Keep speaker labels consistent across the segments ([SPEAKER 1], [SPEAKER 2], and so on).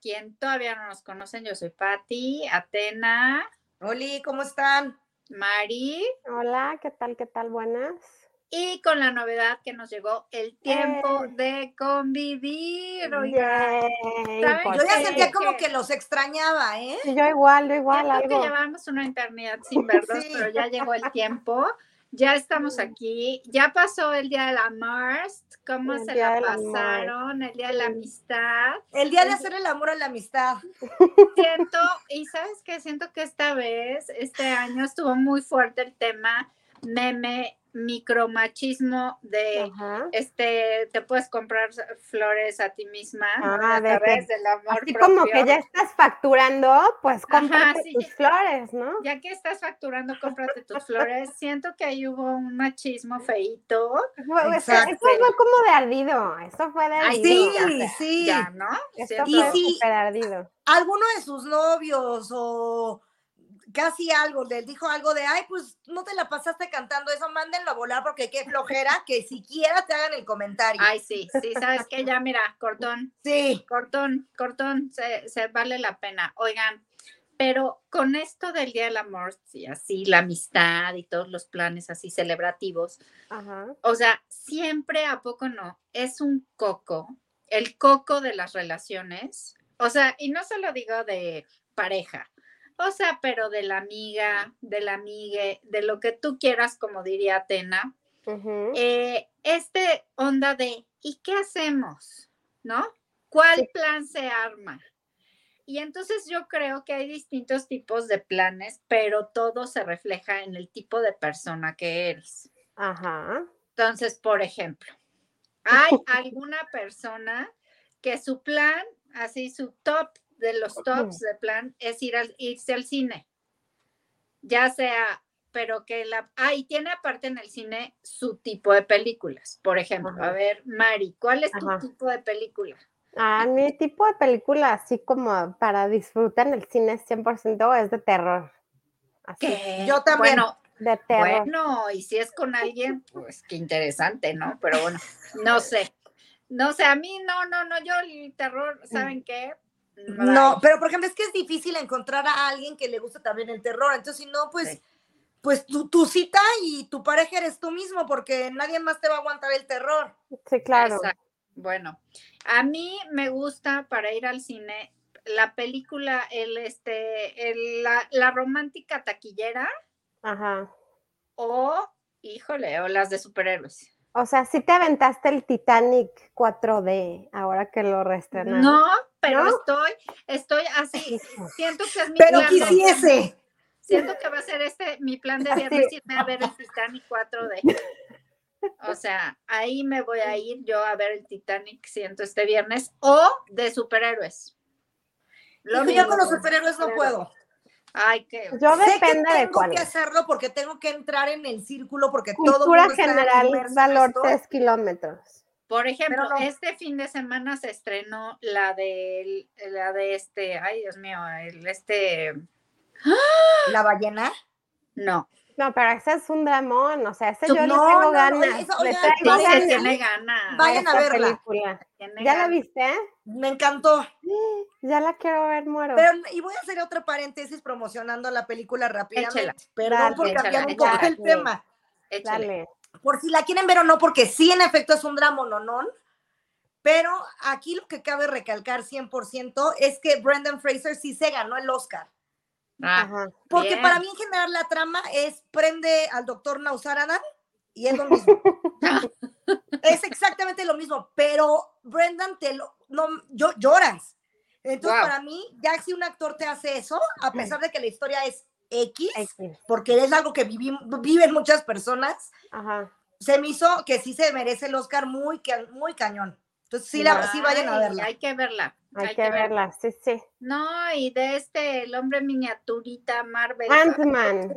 [SPEAKER 1] quien todavía no nos conocen, yo soy Patti, Atena,
[SPEAKER 2] Oli, ¿cómo están?
[SPEAKER 1] Mari,
[SPEAKER 3] Hola, ¿qué tal? ¿Qué tal? Buenas.
[SPEAKER 1] y con la novedad que nos llegó el tiempo
[SPEAKER 3] Eh.
[SPEAKER 1] de convivir. Oigan,
[SPEAKER 3] Yay,
[SPEAKER 1] ¿saben?
[SPEAKER 3] pues
[SPEAKER 2] Yo ya
[SPEAKER 3] sí.
[SPEAKER 2] sentía
[SPEAKER 1] que-
[SPEAKER 2] como que los extrañaba, ¿eh?
[SPEAKER 3] Sí, yo igual, yo igual,
[SPEAKER 1] Siento que
[SPEAKER 3] algo.
[SPEAKER 1] llevamos una eternidad sin vernos,
[SPEAKER 2] Sí.
[SPEAKER 1] pero ya llegó el tiempo. Ya estamos aquí. Ya pasó el día de la Mars. ¿Cómo
[SPEAKER 3] El
[SPEAKER 1] se
[SPEAKER 3] día
[SPEAKER 1] la
[SPEAKER 3] de la Mars.
[SPEAKER 1] pasaron? El día de la
[SPEAKER 3] Sí.
[SPEAKER 1] amistad.
[SPEAKER 2] El día de hacer el amor a la amistad.
[SPEAKER 1] Siento, y sabes que siento que esta vez, este año estuvo muy fuerte el tema meme, micromachismo de
[SPEAKER 3] Ajá.
[SPEAKER 1] este, te puedes comprar flores a ti misma
[SPEAKER 3] Ah,
[SPEAKER 1] a
[SPEAKER 3] de que-
[SPEAKER 1] través del amor
[SPEAKER 3] Así
[SPEAKER 1] propio.
[SPEAKER 3] como que ya estás facturando, pues cómprate
[SPEAKER 1] sí,
[SPEAKER 3] tus
[SPEAKER 1] ya.
[SPEAKER 3] flores, ¿no?
[SPEAKER 1] ya que estás facturando, cómprate tus flores. Siento que ahí hubo un machismo feito.
[SPEAKER 3] Bueno, es que
[SPEAKER 2] Exacto.
[SPEAKER 3] Eso fue como de ardido, eso fue de
[SPEAKER 1] Ay,
[SPEAKER 3] ardido.
[SPEAKER 2] Sí,
[SPEAKER 1] ya sé,
[SPEAKER 2] sí.
[SPEAKER 1] Ya, ¿no?
[SPEAKER 3] Esto
[SPEAKER 1] Siento-
[SPEAKER 2] Y
[SPEAKER 3] fue
[SPEAKER 2] sí.
[SPEAKER 3] súper ardido.
[SPEAKER 2] Alguno de sus novios o casi algo, le dijo algo de, ay, pues no te la pasaste cantando eso, mándenlo a volar porque qué flojera que siquiera te hagan el comentario.
[SPEAKER 1] Ay, sí, sí, sabes que ya, mira, cortón,
[SPEAKER 2] sí.
[SPEAKER 1] cortón, cortón, se, se vale la pena. Oigan, pero con esto del Día del Amor y así, la amistad y todos los planes así celebrativos,
[SPEAKER 3] Ajá.
[SPEAKER 1] o sea, siempre a poco no, es un coco, el coco de las relaciones, o sea, y no solo digo de pareja, o sea, pero de la amiga, de la amigue, de lo que tú quieras, como diría Atena,
[SPEAKER 3] ujú.
[SPEAKER 1] eh, este onda de, ¿y qué hacemos? ¿No? ¿Cuál
[SPEAKER 3] Sí.
[SPEAKER 1] plan se arma? Y entonces yo creo que hay distintos tipos de planes, pero todo se refleja en el tipo de persona que eres.
[SPEAKER 3] Ajá.
[SPEAKER 1] Entonces, por ejemplo, hay alguna persona que su plan, así su top de los tops de plan es ir al, irse al cine. Ya sea, pero que la... Ah, y tiene aparte en el cine su tipo de películas. Por ejemplo,
[SPEAKER 3] Ajá.
[SPEAKER 1] a ver, Mari, ¿cuál es tu
[SPEAKER 3] Ajá.
[SPEAKER 1] tipo de película?
[SPEAKER 3] Ah, mi tipo de película, así como para disfrutar en el cine 100%, es de terror. Así,
[SPEAKER 1] ¿Qué?
[SPEAKER 2] Yo también.
[SPEAKER 1] Bueno,
[SPEAKER 3] de terror.
[SPEAKER 1] Bueno, y si es con alguien, pues qué interesante, ¿no? Pero bueno, no sé. No sé, a mí no, no, no, yo el terror, ¿saben qué?
[SPEAKER 2] No, pero por ejemplo, es que es difícil encontrar a alguien que le guste también el terror. Entonces, si no, pues,
[SPEAKER 1] Sí.
[SPEAKER 2] pues tu, tu cita y tu pareja eres tú mismo, porque nadie más te va a aguantar el terror.
[SPEAKER 3] Sí, claro.
[SPEAKER 1] Exacto. Bueno, a mí me gusta para ir al cine la película, el este, el- la, la romántica taquillera
[SPEAKER 3] Ajá.
[SPEAKER 1] o, híjole, o las de superhéroes.
[SPEAKER 3] O sea, sí te aventaste el Titanic 4D, ahora que lo reestrenaron.
[SPEAKER 1] No, pero
[SPEAKER 3] ¿No?
[SPEAKER 1] estoy, estoy así,
[SPEAKER 3] Hijo.
[SPEAKER 1] siento que es mi
[SPEAKER 2] Pero
[SPEAKER 1] plan, ¿no?
[SPEAKER 2] quisiese.
[SPEAKER 1] Siento que va a ser este mi plan de
[SPEAKER 3] Así.
[SPEAKER 1] viernes irme a ver el Titanic 4D. O sea, ahí me voy a ir yo a ver el Titanic, siento, este viernes, o de superhéroes. Lo
[SPEAKER 2] Dijo, yo
[SPEAKER 1] mismo.
[SPEAKER 2] con los superhéroes no
[SPEAKER 1] Claro.
[SPEAKER 2] puedo.
[SPEAKER 1] Ay, qué.
[SPEAKER 3] Yo
[SPEAKER 2] Sé que
[SPEAKER 3] depende de
[SPEAKER 2] tengo
[SPEAKER 3] cuál.
[SPEAKER 2] que
[SPEAKER 3] es.
[SPEAKER 2] hacerlo porque tengo que entrar en el círculo porque todo
[SPEAKER 3] Cultura general, valor
[SPEAKER 2] valor
[SPEAKER 3] 3 kilómetros.
[SPEAKER 1] Por ejemplo,
[SPEAKER 2] Pero no.
[SPEAKER 1] este fin de semana se estrenó la de la de este, ay Dios mío, el este
[SPEAKER 2] la ballena.
[SPEAKER 1] no,
[SPEAKER 3] No, pero ese es un dramón, o sea, ese
[SPEAKER 1] Tú-
[SPEAKER 2] no,
[SPEAKER 3] yo le
[SPEAKER 2] no, no,
[SPEAKER 3] tengo ganas.
[SPEAKER 2] eso,
[SPEAKER 3] le
[SPEAKER 2] oigan,
[SPEAKER 3] traigo
[SPEAKER 2] vayan,
[SPEAKER 1] dice
[SPEAKER 3] ganas
[SPEAKER 1] tiene ganas.
[SPEAKER 2] Vayan a
[SPEAKER 3] esta
[SPEAKER 2] verla.
[SPEAKER 3] película.
[SPEAKER 1] tiene
[SPEAKER 3] ¿Ya la
[SPEAKER 1] ganas.
[SPEAKER 3] viste?
[SPEAKER 2] Me encantó.
[SPEAKER 3] Ya la quiero ver, muero.
[SPEAKER 2] Pero, y voy a hacer otro paréntesis promocionando la película rápidamente.
[SPEAKER 1] Échela.
[SPEAKER 2] Perdón
[SPEAKER 3] Dale,
[SPEAKER 2] por
[SPEAKER 1] échala,
[SPEAKER 2] cambiar un poco
[SPEAKER 1] échala.
[SPEAKER 2] el tema.
[SPEAKER 1] Échale.
[SPEAKER 3] Dale.
[SPEAKER 2] Por si la quieren ver o no, porque sí, en efecto, es un drama no Pero aquí lo que cabe recalcar 100% es que Brendan Fraser sí se ganó el Oscar.
[SPEAKER 1] Ah,
[SPEAKER 3] Ajá.
[SPEAKER 2] Porque
[SPEAKER 1] Bien.
[SPEAKER 2] para mí en general la trama es prende al doctor Nausar Adán y es lo mismo. es exactamente lo mismo, pero Brendan te lo, no, yo, lloras. Entonces
[SPEAKER 1] Wow.
[SPEAKER 2] para mí, ya si un actor te hace eso, a pesar de que la historia es X,
[SPEAKER 3] X.
[SPEAKER 2] porque es algo que vivi- viven muchas personas,
[SPEAKER 3] Ajá.
[SPEAKER 2] se me hizo que sí se merece el Oscar muy, ca- muy cañón. Entonces sí, la, sí vayan a
[SPEAKER 1] Ay,
[SPEAKER 2] verla.
[SPEAKER 1] Hay que verla.
[SPEAKER 3] Hay, que, verla, sí, sí.
[SPEAKER 1] No, y de este, el hombre miniaturita Marvel.
[SPEAKER 3] Ant-Man.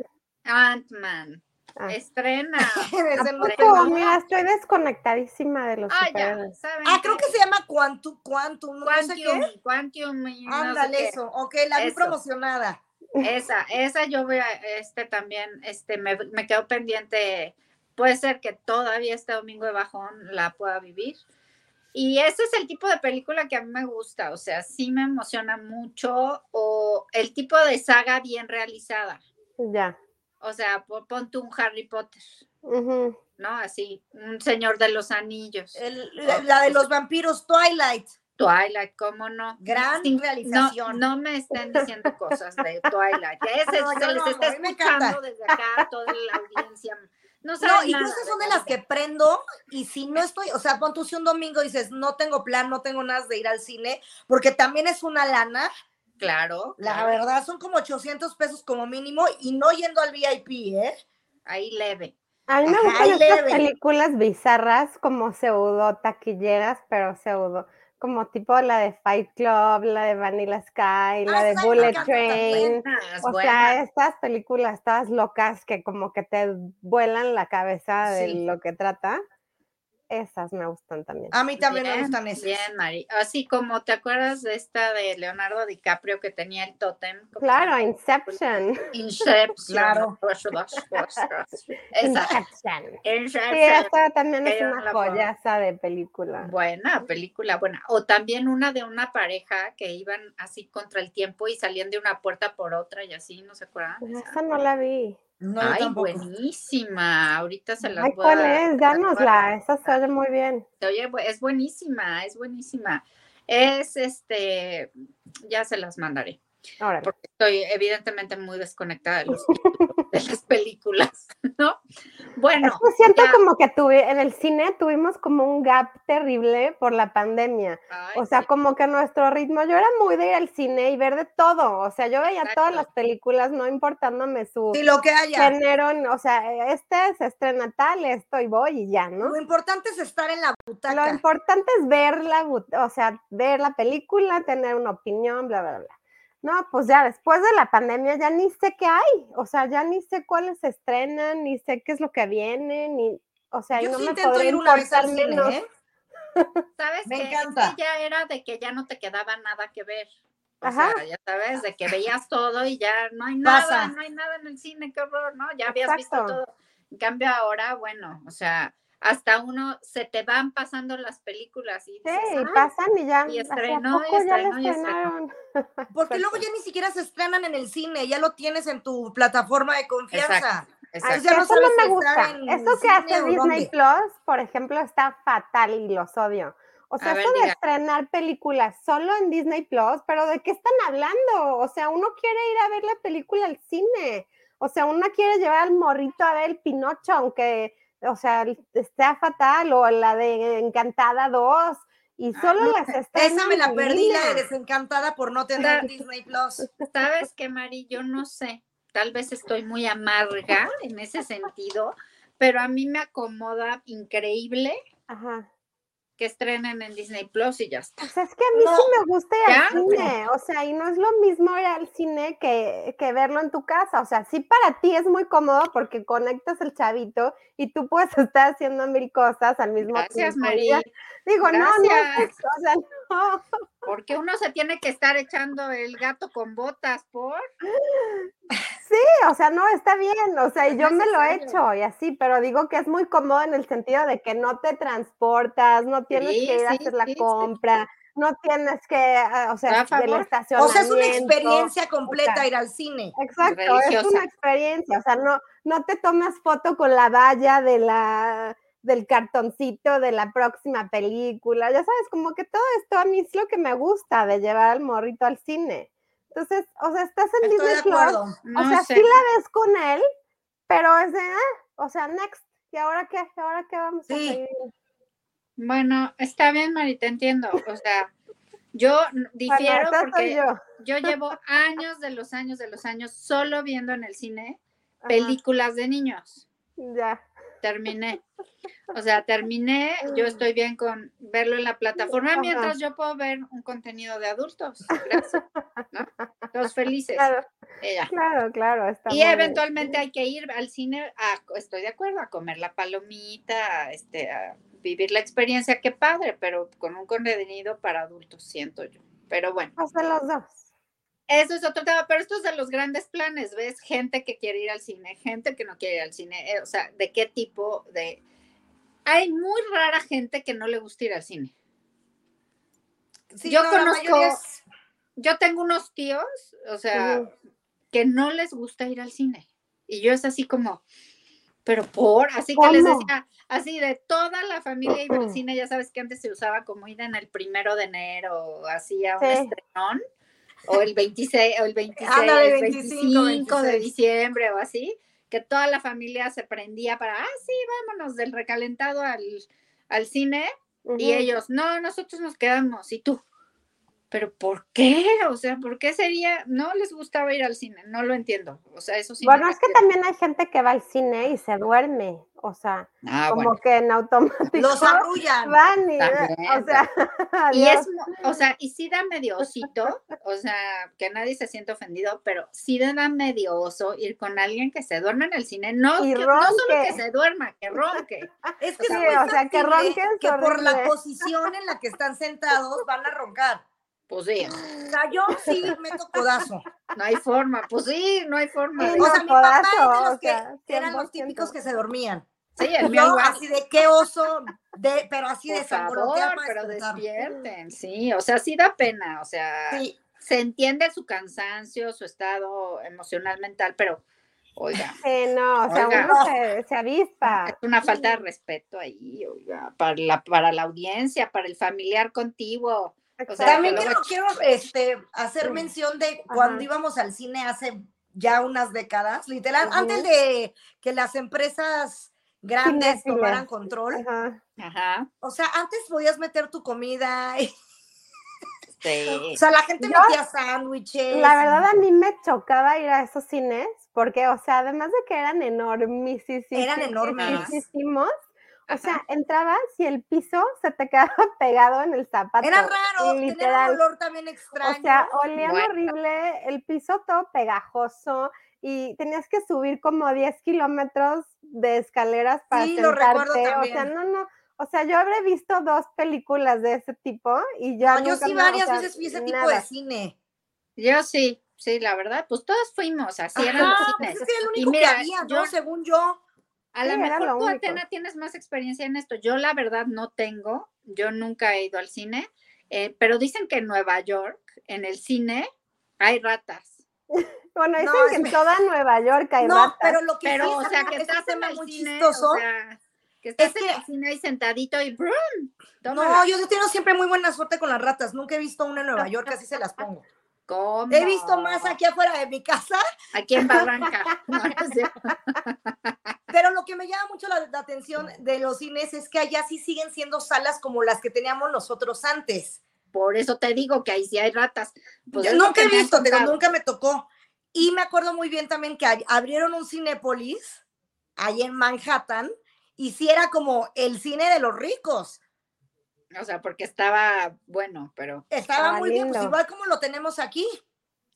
[SPEAKER 1] Ant-Man.
[SPEAKER 3] Ah.
[SPEAKER 1] Estrena.
[SPEAKER 2] Ese
[SPEAKER 3] ¿A
[SPEAKER 2] no
[SPEAKER 1] hombre,
[SPEAKER 3] poco?
[SPEAKER 2] tengo.
[SPEAKER 1] ¿no?
[SPEAKER 3] Mira, estoy desconectadísima de los
[SPEAKER 1] Ah, ya,
[SPEAKER 3] superhéroes.
[SPEAKER 1] ¿saben?
[SPEAKER 2] Ah, creo
[SPEAKER 1] qué?
[SPEAKER 2] que se llama Quantum, Quantum, no sé qué.
[SPEAKER 1] Quantum, Quantum. y no sé
[SPEAKER 2] Ándale,
[SPEAKER 1] qué.
[SPEAKER 2] eso. Ok, la vi
[SPEAKER 1] Eso.
[SPEAKER 2] promocionada.
[SPEAKER 1] Esa, esa yo voy a, este también, este, me, me quedo pendiente. Puede ser que todavía este domingo de bajón la pueda vivir. Y ese es el tipo de película que a mí me gusta, o sea, sí me emociona mucho o el tipo de saga bien realizada.
[SPEAKER 3] Ya.
[SPEAKER 1] O sea, po- ponte un Harry Potter,
[SPEAKER 3] Ujú.
[SPEAKER 1] ¿no? Así, un Señor de los Anillos,
[SPEAKER 2] El- la, la de los vampiros Twilight.
[SPEAKER 1] Twilight, ¿cómo no?
[SPEAKER 2] Gran
[SPEAKER 1] Sí, no,
[SPEAKER 2] realización.
[SPEAKER 1] no me estén diciendo cosas de Twilight. Ya ese
[SPEAKER 2] No, yo
[SPEAKER 1] se les
[SPEAKER 2] lo
[SPEAKER 1] está
[SPEAKER 2] amo, a mí me encanta.
[SPEAKER 1] escuchando desde acá, toda la audiencia. No,
[SPEAKER 2] No,
[SPEAKER 1] saben
[SPEAKER 2] incluso
[SPEAKER 1] Pues nada,
[SPEAKER 2] son de
[SPEAKER 1] verdad.
[SPEAKER 2] las que prendo y si no estoy, o sea, pon tú si un domingo dices, no tengo plan, no tengo nada de ir al cine, porque también es una lana,
[SPEAKER 1] Claro,
[SPEAKER 2] la
[SPEAKER 1] claro,
[SPEAKER 2] verdad son como 800 pesos como mínimo y no yendo al VIP, ¿eh?
[SPEAKER 1] ahí leve.
[SPEAKER 3] A mí me
[SPEAKER 2] Ajá,
[SPEAKER 3] gustan
[SPEAKER 2] y
[SPEAKER 3] estas
[SPEAKER 2] leve.
[SPEAKER 3] películas bizarras como pseudo taquilleras, pero pseudo, como tipo la de Fight Club, la de Vanilla Sky, la
[SPEAKER 2] Ah,
[SPEAKER 3] de
[SPEAKER 2] esa me
[SPEAKER 3] Bullet
[SPEAKER 2] encanta
[SPEAKER 3] Train.
[SPEAKER 2] también.
[SPEAKER 1] Buenas,
[SPEAKER 3] O sea,
[SPEAKER 1] buenas.
[SPEAKER 3] estas películas, todas locas que como que te vuelan la cabeza de
[SPEAKER 1] Sí. Ah,
[SPEAKER 3] lo que trata, esas me gustan también.
[SPEAKER 2] A mí también me
[SPEAKER 1] Bien,
[SPEAKER 2] gustan esas.
[SPEAKER 1] Bien, Mari. Así como te acuerdas de esta de Leonardo DiCaprio que tenía el tótem. ¿Cómo se
[SPEAKER 3] Claro,
[SPEAKER 1] llama?
[SPEAKER 3] Inception.
[SPEAKER 1] Inception.
[SPEAKER 2] Claro.
[SPEAKER 1] Esa.
[SPEAKER 3] Inception. Sí,
[SPEAKER 1] Inception.
[SPEAKER 3] esta también es
[SPEAKER 1] Pero no
[SPEAKER 3] una
[SPEAKER 1] la puedo ver.
[SPEAKER 3] joyaza de película.
[SPEAKER 1] Buena película, buena. O también una de una pareja que iban así contra el tiempo y salían de una puerta por otra y así, ¿no se acuerdan?
[SPEAKER 3] Pues
[SPEAKER 1] de esa?
[SPEAKER 3] Esa no la vi.
[SPEAKER 2] No, yo
[SPEAKER 1] Ay,
[SPEAKER 2] tampoco.
[SPEAKER 1] buenísima. Ahorita se las
[SPEAKER 3] Ay,
[SPEAKER 1] voy a
[SPEAKER 3] ¿cuál
[SPEAKER 1] dar.
[SPEAKER 3] es? Dánosla, esa
[SPEAKER 1] Ah.
[SPEAKER 3] suena muy bien.
[SPEAKER 1] Oye, bu- es buenísima, es buenísima. Es este, ya se las mandaré.
[SPEAKER 3] Órale.
[SPEAKER 1] porque estoy evidentemente muy desconectada de, los títulos de las películas, ¿no?
[SPEAKER 3] Es
[SPEAKER 1] Bueno,
[SPEAKER 3] que siento
[SPEAKER 1] ya.
[SPEAKER 3] como que tuve, en el cine tuvimos como un gap terrible por la pandemia.
[SPEAKER 1] Ay,
[SPEAKER 3] O sea,
[SPEAKER 1] sí,
[SPEAKER 3] como que nuestro ritmo, yo era muy de ir al cine y ver de todo. O sea, yo veía todas
[SPEAKER 1] Exacto.
[SPEAKER 3] las películas, no importándome su
[SPEAKER 2] Sí, lo que haya.
[SPEAKER 3] género, o sea, este se estrena tal, esto y voy y ya, ¿no?
[SPEAKER 2] Lo importante es estar en la
[SPEAKER 3] Lo
[SPEAKER 2] butaca.
[SPEAKER 3] importante es verla, o sea, ver la película, tener una opinión, bla, bla, bla. No, pues ya después de la pandemia ya ni sé qué hay, o sea, ya ni sé cuáles se estrenan, ni sé qué es lo que viene, ni, o sea, y
[SPEAKER 2] Yo
[SPEAKER 3] no
[SPEAKER 2] sí
[SPEAKER 3] me
[SPEAKER 2] intento
[SPEAKER 3] podría
[SPEAKER 2] ir una vez
[SPEAKER 3] importar
[SPEAKER 2] al cine,
[SPEAKER 3] menos.
[SPEAKER 2] ¿eh?
[SPEAKER 1] ¿sabes
[SPEAKER 2] me
[SPEAKER 1] qué? Es que
[SPEAKER 2] encanta.
[SPEAKER 1] ya era de que ya no te quedaba nada que ver. O
[SPEAKER 3] Ajá.
[SPEAKER 1] sea, ya sabes, de que veías todo y ya no hay nada,
[SPEAKER 2] Pasa.
[SPEAKER 1] no hay nada en el cine, qué horror, ¿no? Ya habías visto
[SPEAKER 3] Exacto.
[SPEAKER 1] todo. En cambio ahora, bueno, o sea, hasta uno se te van pasando las películas y
[SPEAKER 3] Sí,
[SPEAKER 1] dices,
[SPEAKER 3] y
[SPEAKER 1] "Ay,
[SPEAKER 3] pasan y ya,
[SPEAKER 1] y
[SPEAKER 3] ¿hace
[SPEAKER 1] estrenó, y
[SPEAKER 3] poco ya la
[SPEAKER 1] estrenó, y estrenó".
[SPEAKER 3] estrenaron.
[SPEAKER 2] Porque luego ya ni siquiera se estrenan en el cine, ya lo tienes en tu plataforma de confianza.
[SPEAKER 1] Exacto.
[SPEAKER 3] Ay,
[SPEAKER 1] exacto.
[SPEAKER 2] ya no
[SPEAKER 3] eso no
[SPEAKER 2] sabes
[SPEAKER 3] me
[SPEAKER 2] si
[SPEAKER 3] gusta.
[SPEAKER 2] estar en
[SPEAKER 3] Eso que
[SPEAKER 2] cine
[SPEAKER 3] hace
[SPEAKER 2] o
[SPEAKER 3] Disney
[SPEAKER 2] dónde.
[SPEAKER 3] Plus, por ejemplo, está fatal y los odio. O sea,
[SPEAKER 1] ver,
[SPEAKER 3] eso de
[SPEAKER 1] diga.
[SPEAKER 3] estrenar películas solo en Disney Plus, pero ¿de qué están hablando? O sea, uno quiere ir a ver la película al cine. O sea, uno quiere llevar al morrito a ver el Pinocho, aunque, o sea, el- sea fatal, o la de Encantada 2, y
[SPEAKER 1] Ah,
[SPEAKER 3] solo
[SPEAKER 1] no,
[SPEAKER 3] las estrenan.
[SPEAKER 2] Esa me la
[SPEAKER 3] en
[SPEAKER 2] perdí, la
[SPEAKER 3] línea.
[SPEAKER 2] de desencantada por no tener Disney Plus.
[SPEAKER 1] ¿Sabes qué, Mari? Yo no sé. Tal vez estoy muy amarga en ese sentido, pero a mí me acomoda increíble
[SPEAKER 3] Ajá.
[SPEAKER 1] que estrenen en Disney Plus y ya está.
[SPEAKER 3] O sea, es que a mí sí me gusta ir al
[SPEAKER 1] Ya, no.
[SPEAKER 3] cine, o sea, y no es lo mismo ir al cine que, que verlo en tu casa, o sea, sí para ti es muy cómodo porque conectas el chavito y tú puedes estar haciendo mil cosas al mismo
[SPEAKER 1] Gracias,
[SPEAKER 3] tiempo.
[SPEAKER 1] Mari.
[SPEAKER 3] ya- Digo, no, no, es
[SPEAKER 1] Gracias.
[SPEAKER 3] eso, o sea, no.
[SPEAKER 1] Porque uno se tiene que estar echando el gato con botas por.
[SPEAKER 3] Sí, o sea, no, está bien, o sea, y
[SPEAKER 1] Es
[SPEAKER 3] yo me lo he
[SPEAKER 1] necesario.
[SPEAKER 3] hecho y así, pero digo que es muy cómodo en el sentido de que no te transportas, no tienes
[SPEAKER 1] Sí,
[SPEAKER 3] que ir a
[SPEAKER 1] sí,
[SPEAKER 3] hacer la
[SPEAKER 1] sí, sí.
[SPEAKER 3] compra, no tienes que, ah, o sea,
[SPEAKER 1] a favor. O
[SPEAKER 3] estación.
[SPEAKER 2] O sea, es una experiencia completa
[SPEAKER 3] sea,
[SPEAKER 2] ir al cine.
[SPEAKER 3] Exacto, es
[SPEAKER 1] religiosa.
[SPEAKER 3] una experiencia, o sea, no, no te tomas foto con la valla de la, del cartoncito de la próxima película, ya sabes, como que todo esto a mí es lo que me gusta de llevar al morrito al cine. Entonces, o sea, estás en
[SPEAKER 2] Estoy de
[SPEAKER 3] Disney Plus,
[SPEAKER 2] acuerdo.
[SPEAKER 1] No
[SPEAKER 3] o sea,
[SPEAKER 1] sé.
[SPEAKER 3] sí la ves con él, pero es de, ah, o sea, next, ¿y ahora qué? ¿Y ahora qué vamos a
[SPEAKER 2] Sí.
[SPEAKER 3] seguir?
[SPEAKER 1] Bueno, está bien, Mari, te entiendo. O sea, yo n-
[SPEAKER 3] Bueno,
[SPEAKER 1] difiero
[SPEAKER 3] esa soy
[SPEAKER 1] porque
[SPEAKER 3] yo.
[SPEAKER 1] yo. llevo años de los años de los años solo viendo en el cine
[SPEAKER 3] Ajá,
[SPEAKER 1] películas de niños.
[SPEAKER 3] ya.
[SPEAKER 1] terminé. O sea, terminé, yo estoy bien con verlo en la plataforma
[SPEAKER 3] Mm. Ajá.
[SPEAKER 1] mientras yo puedo ver un contenido de adultos. Gracias. ¿no? Los felices.
[SPEAKER 3] Claro,
[SPEAKER 1] ella.
[SPEAKER 3] claro, claro. Está
[SPEAKER 1] Y
[SPEAKER 3] muy bien.
[SPEAKER 1] eventualmente hay que ir al cine, a, estoy de acuerdo, a comer la palomita, a, este, a vivir la experiencia, qué padre, pero con un contenido para adultos, siento yo. Pero bueno,
[SPEAKER 3] O sea, los dos.
[SPEAKER 1] eso es otro tema, pero esto es de los grandes planes, ¿ves? Gente que quiere ir al cine, gente que no quiere ir al cine, eh, o sea, ¿de qué tipo de...? Hay muy rara gente que no le gusta ir al cine.
[SPEAKER 2] Sí,
[SPEAKER 1] Yo
[SPEAKER 2] no, la
[SPEAKER 1] conozco-
[SPEAKER 2] mayoría es-
[SPEAKER 1] Yo tengo unos tíos, o sea,
[SPEAKER 3] Ujú.
[SPEAKER 1] que no les gusta ir al cine. Y yo es así como, pero por, así que les
[SPEAKER 3] ¿Cómo?
[SPEAKER 1] decía, así de toda la familia iba al cine, ya sabes que antes se usaba como ir en el primero de enero, o así a un
[SPEAKER 3] Sí.
[SPEAKER 1] estrenón, o el 26, o el 26,
[SPEAKER 2] Ándale,
[SPEAKER 1] el
[SPEAKER 2] 25,
[SPEAKER 1] 25, de
[SPEAKER 2] 26.
[SPEAKER 1] diciembre o así, que toda la familia se prendía para, ah, sí, vámonos del recalentado al, al cine. Y
[SPEAKER 3] Ujú.
[SPEAKER 1] ellos, no, nosotros nos quedamos. ¿Y tú? ¿Pero por qué? O sea, ¿por qué sería? No les gustaba ir al cine, no lo entiendo. O sea, eso sí. no
[SPEAKER 3] Bueno,
[SPEAKER 1] lo
[SPEAKER 3] es que
[SPEAKER 1] entiendo.
[SPEAKER 3] también hay gente que va al cine y se duerme, o sea,
[SPEAKER 1] Ah,
[SPEAKER 3] como
[SPEAKER 1] bueno.
[SPEAKER 3] que en automático
[SPEAKER 2] Los arrullan.
[SPEAKER 3] van y,
[SPEAKER 1] También,
[SPEAKER 3] o sea,
[SPEAKER 1] Y
[SPEAKER 3] adiós.
[SPEAKER 1] es, mo- o sea, y sí da medio osito, o sea, que nadie se siente ofendido, pero sí da medio oso ir con alguien que se duerme en el cine. No,
[SPEAKER 3] Y
[SPEAKER 1] que- no solo
[SPEAKER 3] ronque.
[SPEAKER 1] que se duerma, que ronque.
[SPEAKER 2] Es que
[SPEAKER 3] Sí,
[SPEAKER 2] es muy
[SPEAKER 3] o sea, que
[SPEAKER 2] factible
[SPEAKER 3] ronquen es
[SPEAKER 2] que por la
[SPEAKER 3] horrible.
[SPEAKER 2] posición en la que están sentados van a roncar.
[SPEAKER 1] Pues sí,
[SPEAKER 2] O sea, yo sí meto codazo.
[SPEAKER 1] no hay forma, pues sí, no hay forma.
[SPEAKER 3] Sí,
[SPEAKER 2] O sea,
[SPEAKER 3] no,
[SPEAKER 2] mi papá
[SPEAKER 3] codazo,
[SPEAKER 2] es de
[SPEAKER 3] o
[SPEAKER 2] los que
[SPEAKER 3] sea,
[SPEAKER 2] eran los
[SPEAKER 3] 100%.
[SPEAKER 2] típicos que se dormían.
[SPEAKER 1] Sí, el mío
[SPEAKER 2] Yo
[SPEAKER 1] igual.
[SPEAKER 2] así de qué oso, de, pero así de
[SPEAKER 1] Por
[SPEAKER 2] sangolotea
[SPEAKER 1] favor,
[SPEAKER 2] para
[SPEAKER 1] pero
[SPEAKER 2] despertar.
[SPEAKER 1] despierten, sí, o sea, sí da pena, o sea,
[SPEAKER 2] Sí,
[SPEAKER 1] se entiende su cansancio, su estado emocional, mental, pero oiga,
[SPEAKER 3] Sí, no, o sea,
[SPEAKER 1] Oiga.
[SPEAKER 3] uno se, se avispa.
[SPEAKER 1] es una falta de respeto ahí, oiga, para la, para la audiencia, para el familiar contiguo. O sea,
[SPEAKER 3] Exacto.
[SPEAKER 2] También
[SPEAKER 1] pero
[SPEAKER 2] quiero,
[SPEAKER 1] bueno.
[SPEAKER 2] quiero, este, hacer mención de cuando
[SPEAKER 3] Ajá.
[SPEAKER 2] íbamos al cine hace ya unas décadas, literal,
[SPEAKER 3] Ujú.
[SPEAKER 2] antes de que las empresas grandes
[SPEAKER 3] Cinéfilas.
[SPEAKER 2] tomaran control.
[SPEAKER 3] Ajá.
[SPEAKER 1] Ajá,
[SPEAKER 2] O sea, antes podías meter tu comida. y-
[SPEAKER 1] sí.
[SPEAKER 2] o sea, la gente
[SPEAKER 3] Yo-
[SPEAKER 2] metía sándwiches.
[SPEAKER 3] La verdad a mí me chocaba ir a esos cines porque, o sea, además de que eran enormes,
[SPEAKER 2] Eran enormes.
[SPEAKER 3] o sea, entrabas y el piso se te quedaba pegado en el zapato.
[SPEAKER 2] Era raro, tenía
[SPEAKER 3] literal.
[SPEAKER 2] un olor también extraño.
[SPEAKER 3] O sea, olían
[SPEAKER 1] Bueno.
[SPEAKER 3] horrible, el piso todo pegajoso y tenías que subir como 10 kilómetros de escaleras para
[SPEAKER 2] Sí, lo
[SPEAKER 3] sentarte.
[SPEAKER 2] recuerdo
[SPEAKER 3] o sea,
[SPEAKER 2] también.
[SPEAKER 3] no, no. O sea, yo habré visto dos películas de ese tipo y
[SPEAKER 2] No,
[SPEAKER 3] ya
[SPEAKER 2] yo
[SPEAKER 3] nunca
[SPEAKER 2] sí
[SPEAKER 3] más, o
[SPEAKER 2] varias
[SPEAKER 3] sea,
[SPEAKER 2] veces fui a ese tipo
[SPEAKER 3] nada.
[SPEAKER 2] de cine.
[SPEAKER 1] Yo sí, sí, la verdad, pues todos fuimos, así eran los
[SPEAKER 2] Ajá, pues
[SPEAKER 1] cines.
[SPEAKER 2] es que era el
[SPEAKER 1] Y
[SPEAKER 2] único
[SPEAKER 1] mira,
[SPEAKER 2] que había,
[SPEAKER 1] yo-
[SPEAKER 2] ¿no? Según yo.
[SPEAKER 1] A
[SPEAKER 3] Sí,
[SPEAKER 1] lo
[SPEAKER 3] era
[SPEAKER 1] mejor
[SPEAKER 3] lo
[SPEAKER 1] tú,
[SPEAKER 3] único.
[SPEAKER 1] Atena, tienes más experiencia en esto. Yo la verdad no tengo, yo nunca he ido al cine, eh, pero dicen que en Nueva York, en el cine, hay ratas.
[SPEAKER 3] Bueno, dicen
[SPEAKER 2] No,
[SPEAKER 3] que
[SPEAKER 2] es
[SPEAKER 3] en
[SPEAKER 2] me-
[SPEAKER 3] toda Nueva York hay
[SPEAKER 2] no,
[SPEAKER 3] ratas.
[SPEAKER 2] pero lo que
[SPEAKER 1] Pero,
[SPEAKER 2] sí
[SPEAKER 1] o
[SPEAKER 2] es
[SPEAKER 1] sea,
[SPEAKER 2] un-
[SPEAKER 1] que
[SPEAKER 2] es un
[SPEAKER 1] estás en
[SPEAKER 2] tema
[SPEAKER 1] el
[SPEAKER 2] muy
[SPEAKER 1] cine,
[SPEAKER 2] chistoso.
[SPEAKER 1] o sea, que estás
[SPEAKER 2] es que-
[SPEAKER 1] en el cine ahí sentadito y ¡brum!
[SPEAKER 2] No, yo sí tengo siempre muy buena suerte con las ratas. Nunca he visto una en Nueva York, así se las pongo. He visto más aquí afuera de mi casa,
[SPEAKER 1] Aquí en Barranca. No, no es cierto.
[SPEAKER 2] pero lo que me llama mucho la, la atención de los cines es que allá sí siguen siendo salas como las que teníamos nosotros antes.
[SPEAKER 1] Por eso te digo que ahí sí hay ratas. Pues
[SPEAKER 2] Yo
[SPEAKER 1] es lo
[SPEAKER 2] nunca
[SPEAKER 1] que
[SPEAKER 2] he
[SPEAKER 1] me han
[SPEAKER 2] visto, pero
[SPEAKER 1] contado.
[SPEAKER 2] nunca me tocó. Y me acuerdo muy bien también que ab- abrieron un Cinépolis ahí en Manhattan y sí era como el cine de los ricos.
[SPEAKER 1] O sea, porque estaba bueno, pero.
[SPEAKER 2] Estaba
[SPEAKER 3] Ah,
[SPEAKER 2] muy bien, pues
[SPEAKER 3] lindo.
[SPEAKER 2] igual como lo tenemos aquí.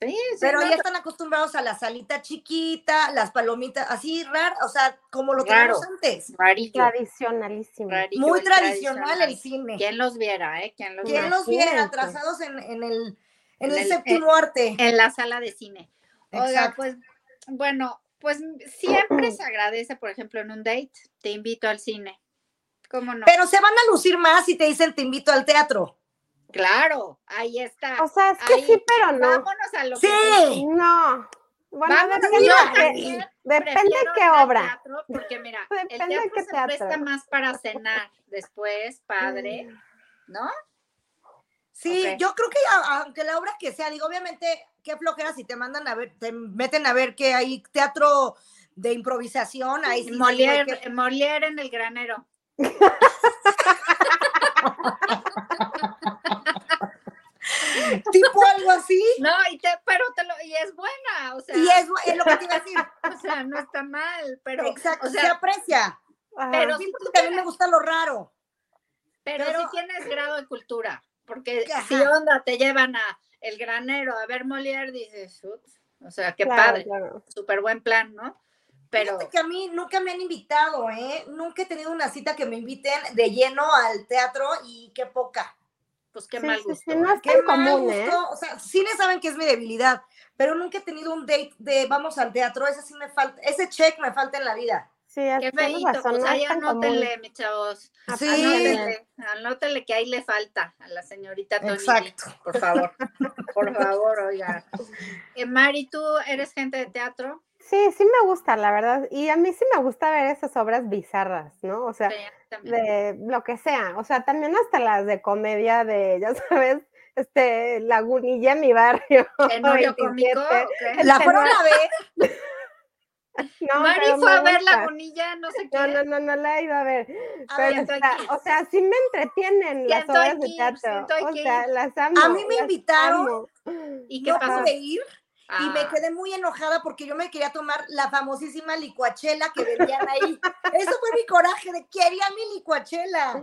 [SPEAKER 1] Sí, sí,
[SPEAKER 2] Pero
[SPEAKER 1] no,
[SPEAKER 2] ya están acostumbrados a la salita chiquita, las palomitas, así raro, o sea, como lo
[SPEAKER 1] Raro.
[SPEAKER 2] teníamos antes.
[SPEAKER 1] rarillo,
[SPEAKER 3] Tradicionalísimo.
[SPEAKER 1] rarillo,
[SPEAKER 2] Muy
[SPEAKER 1] el
[SPEAKER 2] tradicional el cine.
[SPEAKER 1] ¿Quién los viera, eh? ¿Quién los
[SPEAKER 2] ¿Quién
[SPEAKER 1] viera?
[SPEAKER 2] los viera
[SPEAKER 3] Imagínate.
[SPEAKER 2] atrasados en, en el, en
[SPEAKER 1] En
[SPEAKER 2] el
[SPEAKER 1] el-
[SPEAKER 2] séptimo arte?
[SPEAKER 1] En la sala de cine. Oiga,
[SPEAKER 2] Exacto.
[SPEAKER 1] pues, bueno, pues siempre se agradece, por ejemplo, en un date, te invito al cine. ¿Cómo no?
[SPEAKER 2] Pero se van a lucir más si te dicen te invito al teatro.
[SPEAKER 1] claro, ahí está.
[SPEAKER 3] O sea, es que
[SPEAKER 1] Ahí.
[SPEAKER 3] sí, pero no.
[SPEAKER 1] Vámonos a lo
[SPEAKER 2] Sí,
[SPEAKER 1] que gusta.
[SPEAKER 3] No. Bueno,
[SPEAKER 1] Vámonos,
[SPEAKER 3] depende,
[SPEAKER 1] yo
[SPEAKER 3] de-
[SPEAKER 1] también
[SPEAKER 3] depende
[SPEAKER 1] Prefiero
[SPEAKER 3] qué
[SPEAKER 1] ir al
[SPEAKER 3] obra.
[SPEAKER 1] teatro, porque mira,
[SPEAKER 3] Depende
[SPEAKER 1] el teatro
[SPEAKER 3] qué
[SPEAKER 1] se
[SPEAKER 3] teatro.
[SPEAKER 1] presta más para cenar después, padre,
[SPEAKER 3] Mm,
[SPEAKER 1] ¿no?
[SPEAKER 2] sí,
[SPEAKER 1] Ok.
[SPEAKER 2] yo creo que a- aunque la obra que sea, digo, obviamente, qué flojera si te mandan a ver, te meten a ver que hay teatro de improvisación, ahí sí. digo,
[SPEAKER 1] Molière,
[SPEAKER 2] qué-
[SPEAKER 1] Molière en el granero.
[SPEAKER 2] tipo algo así.
[SPEAKER 1] No, y te, pero te lo, y es buena, o sea,
[SPEAKER 2] Y es, es lo que te iba a decir.
[SPEAKER 1] o sea, no está mal, pero,
[SPEAKER 2] Exacto,
[SPEAKER 1] o sea,
[SPEAKER 2] se aprecia.
[SPEAKER 3] Ajá.
[SPEAKER 1] pero
[SPEAKER 2] Sí,
[SPEAKER 1] si
[SPEAKER 2] porque a mí me gusta lo raro.
[SPEAKER 1] Pero,
[SPEAKER 2] Pero-
[SPEAKER 1] si tienes grado de cultura, porque
[SPEAKER 2] Ajá.
[SPEAKER 1] si onda te llevan a el granero a ver Molière, dices, "Ups", o sea, qué
[SPEAKER 3] Claro,
[SPEAKER 1] padre,
[SPEAKER 3] claro.
[SPEAKER 1] súper buen plan, ¿no? Pero
[SPEAKER 2] Fíjate que a mí nunca me han invitado, ¿eh? Nunca he tenido una cita que me inviten de lleno al teatro y qué poca.
[SPEAKER 1] pues qué
[SPEAKER 3] Sí,
[SPEAKER 1] mal
[SPEAKER 3] sí,
[SPEAKER 1] gusto.
[SPEAKER 3] sí, no es
[SPEAKER 2] Qué
[SPEAKER 3] tan
[SPEAKER 2] mal
[SPEAKER 3] común,
[SPEAKER 2] gusto.
[SPEAKER 3] ¿eh?
[SPEAKER 2] O sea, cines saben que es mi debilidad, pero nunca he tenido un date de vamos al teatro. Ese sí me falta, ese check me falta en la vida.
[SPEAKER 3] Sí, es-
[SPEAKER 1] Qué
[SPEAKER 3] tienes
[SPEAKER 1] feíto,
[SPEAKER 3] razón,
[SPEAKER 1] pues
[SPEAKER 3] no
[SPEAKER 1] ahí
[SPEAKER 3] es tan común.
[SPEAKER 1] anótele, mis chavos.
[SPEAKER 3] Ah,
[SPEAKER 2] Sí.
[SPEAKER 1] Anótele, anótele que ahí le falta a la señorita Tony.
[SPEAKER 2] Exacto.
[SPEAKER 1] G, Por favor, por favor, oiga. Eh, Mari, ¿tú eres gente de teatro?
[SPEAKER 3] Sí, sí me gusta, la verdad. Y a mí sí me gusta ver esas obras bizarras, ¿no? O sea,
[SPEAKER 1] Sí, también.
[SPEAKER 3] de lo que sea. O sea, también hasta las de comedia de, ya sabes, este, Lagunilla, mi barrio.
[SPEAKER 1] ¿Tenorio
[SPEAKER 3] 27.
[SPEAKER 1] cómico? o qué?
[SPEAKER 2] La fueron a ver.
[SPEAKER 3] No,
[SPEAKER 1] Mari
[SPEAKER 3] pero
[SPEAKER 1] fue
[SPEAKER 3] me
[SPEAKER 1] a ver la
[SPEAKER 3] gusta.
[SPEAKER 1] bonilla, no sé qué.
[SPEAKER 3] No, no, no, no la iba a ver.
[SPEAKER 2] A
[SPEAKER 3] Pero
[SPEAKER 1] ver,
[SPEAKER 3] está-
[SPEAKER 1] aquí.
[SPEAKER 3] o sea, sí me entretienen las
[SPEAKER 1] Siento hay
[SPEAKER 3] obras
[SPEAKER 1] que
[SPEAKER 3] de
[SPEAKER 1] ir,
[SPEAKER 3] teatro.
[SPEAKER 1] siento hay
[SPEAKER 3] O
[SPEAKER 1] que
[SPEAKER 3] sea, las amo.
[SPEAKER 2] A mí me
[SPEAKER 3] las
[SPEAKER 2] invitaron
[SPEAKER 3] amo.
[SPEAKER 1] ¿Y qué
[SPEAKER 2] no
[SPEAKER 1] pasó?
[SPEAKER 2] pude ir y
[SPEAKER 1] Ah,
[SPEAKER 2] me quedé muy enojada porque yo me quería tomar la famosísima licuachela que vendían ahí. Eso fue mi coraje de quería mi licuachela.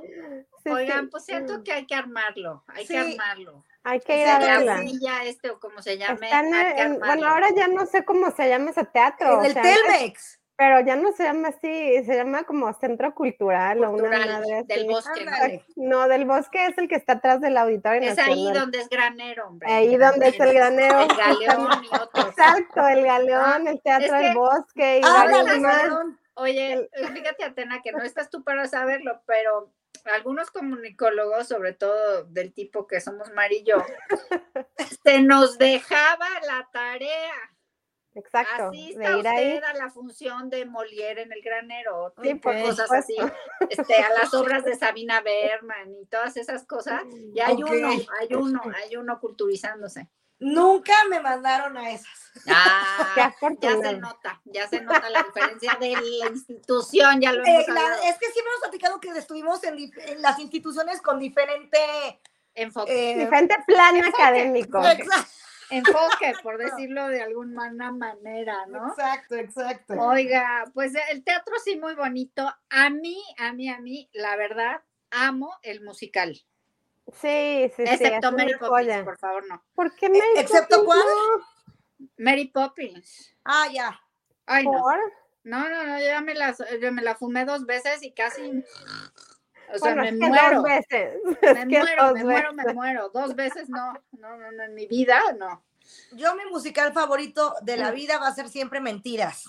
[SPEAKER 3] Sí,
[SPEAKER 1] Oigan,
[SPEAKER 3] sí.
[SPEAKER 1] pues siento que hay que armarlo, hay
[SPEAKER 2] Sí.
[SPEAKER 1] que armarlo.
[SPEAKER 3] Hay que ir
[SPEAKER 2] se
[SPEAKER 3] a
[SPEAKER 2] llama
[SPEAKER 1] La
[SPEAKER 3] verla.
[SPEAKER 2] así,
[SPEAKER 1] silla este o como se llame,
[SPEAKER 3] Están en-
[SPEAKER 1] hay que
[SPEAKER 3] en-
[SPEAKER 1] armarlo.
[SPEAKER 3] bueno, ahora ya no sé cómo se llama ese teatro.
[SPEAKER 2] En
[SPEAKER 3] o
[SPEAKER 2] el
[SPEAKER 3] sea, antes-
[SPEAKER 2] Telmex.
[SPEAKER 3] pero ya no se llama así, se llama como centro cultural, o una
[SPEAKER 1] Cultural,
[SPEAKER 3] madre
[SPEAKER 1] del
[SPEAKER 3] así.
[SPEAKER 1] bosque. ¿no?
[SPEAKER 2] Ándale.
[SPEAKER 3] No, del bosque es el que está atrás del auditorio
[SPEAKER 1] Es ahí
[SPEAKER 3] nacional.
[SPEAKER 1] donde es granero, hombre.
[SPEAKER 3] Ahí
[SPEAKER 1] el
[SPEAKER 3] donde es el granero.
[SPEAKER 1] El galeón y otros.
[SPEAKER 3] Exacto, el galeón, el
[SPEAKER 1] Ah,
[SPEAKER 3] teatro
[SPEAKER 1] es
[SPEAKER 3] del
[SPEAKER 1] que- Ah,
[SPEAKER 3] bosque y varios
[SPEAKER 2] Ándale,
[SPEAKER 3] más.
[SPEAKER 2] perdón.
[SPEAKER 1] Oye, fíjate, Atena, que no estás tú para saberlo, pero algunos comunicólogos, sobre todo del tipo que somos Mari y yo, se nos dejaba la tarea.
[SPEAKER 3] Exacto,
[SPEAKER 1] Así
[SPEAKER 3] de ir
[SPEAKER 1] usted
[SPEAKER 3] ahí.
[SPEAKER 1] a la función de Molière en el granero,
[SPEAKER 3] Sí,
[SPEAKER 1] tipo
[SPEAKER 2] por
[SPEAKER 1] cosas así, este, a las obras de Sabina Berman y todas esas cosas. Y hay
[SPEAKER 2] Ok.
[SPEAKER 1] uno, hay uno, hay uno culturizándose.
[SPEAKER 2] Nunca me mandaron a esas.
[SPEAKER 3] Qué
[SPEAKER 1] Ah, ya se
[SPEAKER 3] afortunado.
[SPEAKER 1] nota, ya se nota la diferencia de la institución, ya lo
[SPEAKER 2] Eh,
[SPEAKER 1] hemos
[SPEAKER 2] la-
[SPEAKER 1] hablado.
[SPEAKER 2] es que siempre hemos platicado que estuvimos en, dif- en las instituciones con diferente.
[SPEAKER 1] Enfoque,
[SPEAKER 2] eh,
[SPEAKER 3] Diferente plan académico.
[SPEAKER 2] exacto,
[SPEAKER 1] enfoque, por decirlo de alguna manera, ¿no?
[SPEAKER 2] exacto, exacto.
[SPEAKER 1] Oiga, pues el teatro sí muy bonito. A mí, a mí, a mí, la verdad, amo el musical.
[SPEAKER 3] Sí, sí, sí.
[SPEAKER 1] Excepto
[SPEAKER 3] es una
[SPEAKER 1] Mary Poppins,
[SPEAKER 3] joya.
[SPEAKER 1] por favor, E-, no.
[SPEAKER 3] ¿Por qué me
[SPEAKER 2] ¿Excepto cuál?
[SPEAKER 1] Mary Poppins.
[SPEAKER 2] Ah, ya.
[SPEAKER 1] Ay, no.
[SPEAKER 3] ¿Por?
[SPEAKER 1] No, no, no, yo ya me la, yo me la fumé dos veces y casi. O sea,
[SPEAKER 3] Bueno,
[SPEAKER 1] me
[SPEAKER 3] es que
[SPEAKER 1] muero.
[SPEAKER 3] dos veces.
[SPEAKER 1] Me
[SPEAKER 3] Es que
[SPEAKER 1] muero,
[SPEAKER 3] dos
[SPEAKER 1] me muero,
[SPEAKER 3] veces.
[SPEAKER 1] me muero. Dos veces no. No, no, no, en mi vida no.
[SPEAKER 2] Yo, mi musical favorito de la vida va a ser siempre Mentiras.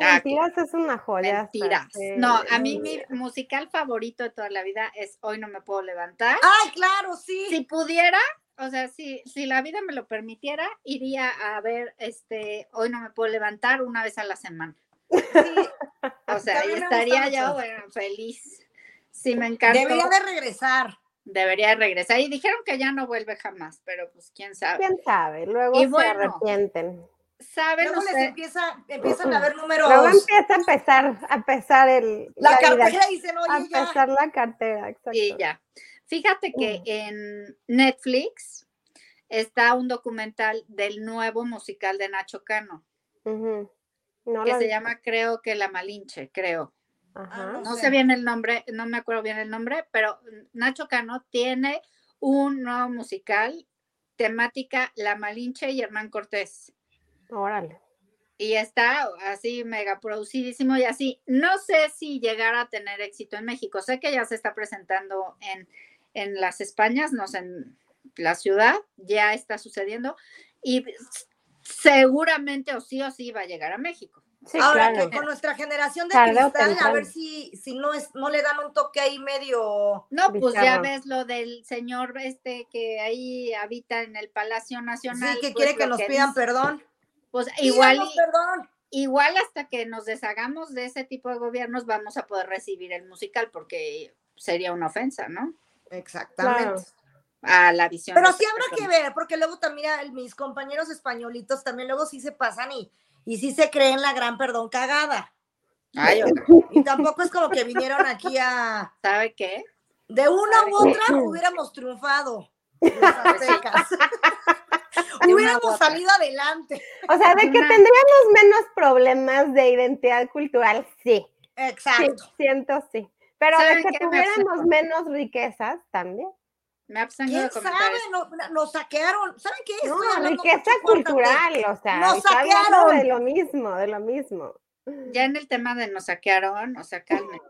[SPEAKER 1] Ah,
[SPEAKER 3] Mentiras es una joya. hasta, mm,
[SPEAKER 1] Mentiras.
[SPEAKER 3] sí,
[SPEAKER 1] No, a mí
[SPEAKER 3] no,
[SPEAKER 1] mi musical favorito de toda la vida es Hoy no me puedo levantar.
[SPEAKER 2] Ay, claro, sí.
[SPEAKER 1] Si pudiera, o sea, si, si la vida me lo permitiera, iría a ver este Hoy no me puedo levantar una vez a la semana.
[SPEAKER 2] sí.
[SPEAKER 1] O sea, y
[SPEAKER 2] Ah, También me gusta
[SPEAKER 1] estaría yo
[SPEAKER 2] mucho.
[SPEAKER 1] bueno, feliz. Sí, me encantó.
[SPEAKER 2] Debería
[SPEAKER 1] Debería,
[SPEAKER 2] de regresar.
[SPEAKER 1] regresar. Y dijeron que ya no vuelve jamás, pero pues quién sabe.
[SPEAKER 3] ¿Quién sabe? Luego
[SPEAKER 1] Y
[SPEAKER 3] se
[SPEAKER 1] bueno,
[SPEAKER 3] arrepienten.
[SPEAKER 1] ¿Saben
[SPEAKER 2] Luego les
[SPEAKER 1] ustedes?
[SPEAKER 2] empieza, empiezan a ver números.
[SPEAKER 3] Luego empieza a pesar, a pesar el,
[SPEAKER 2] la
[SPEAKER 3] vida,
[SPEAKER 2] cartera y dicen,
[SPEAKER 3] a
[SPEAKER 2] oye, ya.
[SPEAKER 3] pesar la cartera, exacto.
[SPEAKER 1] Y ya. Fíjate que
[SPEAKER 3] Ujú.
[SPEAKER 1] en Netflix está un documental del nuevo musical de Nacho Cano,
[SPEAKER 3] Ujú. No
[SPEAKER 1] que
[SPEAKER 3] lo
[SPEAKER 1] se
[SPEAKER 3] vi.
[SPEAKER 1] llama creo que La Malinche, creo.
[SPEAKER 3] Ajá.
[SPEAKER 2] no.
[SPEAKER 1] No
[SPEAKER 2] sé.
[SPEAKER 1] sé bien el nombre, no me acuerdo bien el nombre, pero Nacho Cano tiene un nuevo musical temática La Malinche y Hernán Cortés.
[SPEAKER 3] Órale.
[SPEAKER 1] Y está así mega producidísimo y así. No sé si llegará a tener éxito en México. Sé que ya se está presentando en, en las Españas, no sé, en la ciudad, ya está sucediendo. Y s- seguramente o sí o sí va a llegar a México.
[SPEAKER 3] Sí,
[SPEAKER 2] Ahora
[SPEAKER 3] claro.
[SPEAKER 2] que con nuestra generación de
[SPEAKER 3] Tarde o
[SPEAKER 2] cristal, a
[SPEAKER 3] temprano.
[SPEAKER 2] ver si, si no, es, no le dan un toque ahí medio.
[SPEAKER 1] No, pues ya
[SPEAKER 3] Bizarro.
[SPEAKER 1] ves lo del señor este que ahí habita en el Palacio Nacional.
[SPEAKER 2] Sí, que
[SPEAKER 1] pues,
[SPEAKER 2] quiere que
[SPEAKER 1] lo
[SPEAKER 2] nos pidan
[SPEAKER 1] dice.
[SPEAKER 2] perdón.
[SPEAKER 1] Pues igual,
[SPEAKER 2] Pídanos
[SPEAKER 1] y-
[SPEAKER 2] perdón.
[SPEAKER 1] igual hasta que nos deshagamos de ese tipo de gobiernos vamos a poder recibir el musical porque sería una ofensa, ¿no?
[SPEAKER 2] Exactamente.
[SPEAKER 1] a la visión.
[SPEAKER 2] Pero
[SPEAKER 1] de
[SPEAKER 2] sí
[SPEAKER 1] otra
[SPEAKER 2] habrá que
[SPEAKER 1] persona.
[SPEAKER 2] ver, porque luego también a- mis compañeros españolitos también luego sí se pasan y, y sí se creen la gran perdón cagada.
[SPEAKER 1] Ay, oiga,
[SPEAKER 2] Y tampoco es como que vinieron aquí a.
[SPEAKER 1] ¿sabe qué?
[SPEAKER 2] De una u
[SPEAKER 3] Ay,
[SPEAKER 2] otra
[SPEAKER 3] sí.
[SPEAKER 2] hubiéramos triunfado. los aztecas.
[SPEAKER 1] u
[SPEAKER 2] hubiéramos
[SPEAKER 1] otra.
[SPEAKER 2] salido adelante.
[SPEAKER 3] O sea, de que
[SPEAKER 1] Una-
[SPEAKER 3] tendríamos menos problemas de identidad cultural, sí. Sí,
[SPEAKER 2] Exacto.
[SPEAKER 3] siento sí. Pero de
[SPEAKER 1] ¿Saben
[SPEAKER 3] que
[SPEAKER 1] qué me hace
[SPEAKER 3] tuviéramos menos riquezas también.
[SPEAKER 1] Me abstengo de
[SPEAKER 2] ¿Quién
[SPEAKER 1] comentar
[SPEAKER 2] sabe?
[SPEAKER 1] eso.
[SPEAKER 2] No- Nos, saquearon. ¿Saben qué?
[SPEAKER 3] No,
[SPEAKER 2] Estoy hablando
[SPEAKER 3] riqueza
[SPEAKER 2] mucho, cuéntate.
[SPEAKER 3] cultural, o sea,
[SPEAKER 2] ¡Nos
[SPEAKER 3] está hablando
[SPEAKER 2] saquearon!
[SPEAKER 3] de lo mismo, de lo mismo.
[SPEAKER 1] Ya en el tema de nos saquearon, o sea, calmen.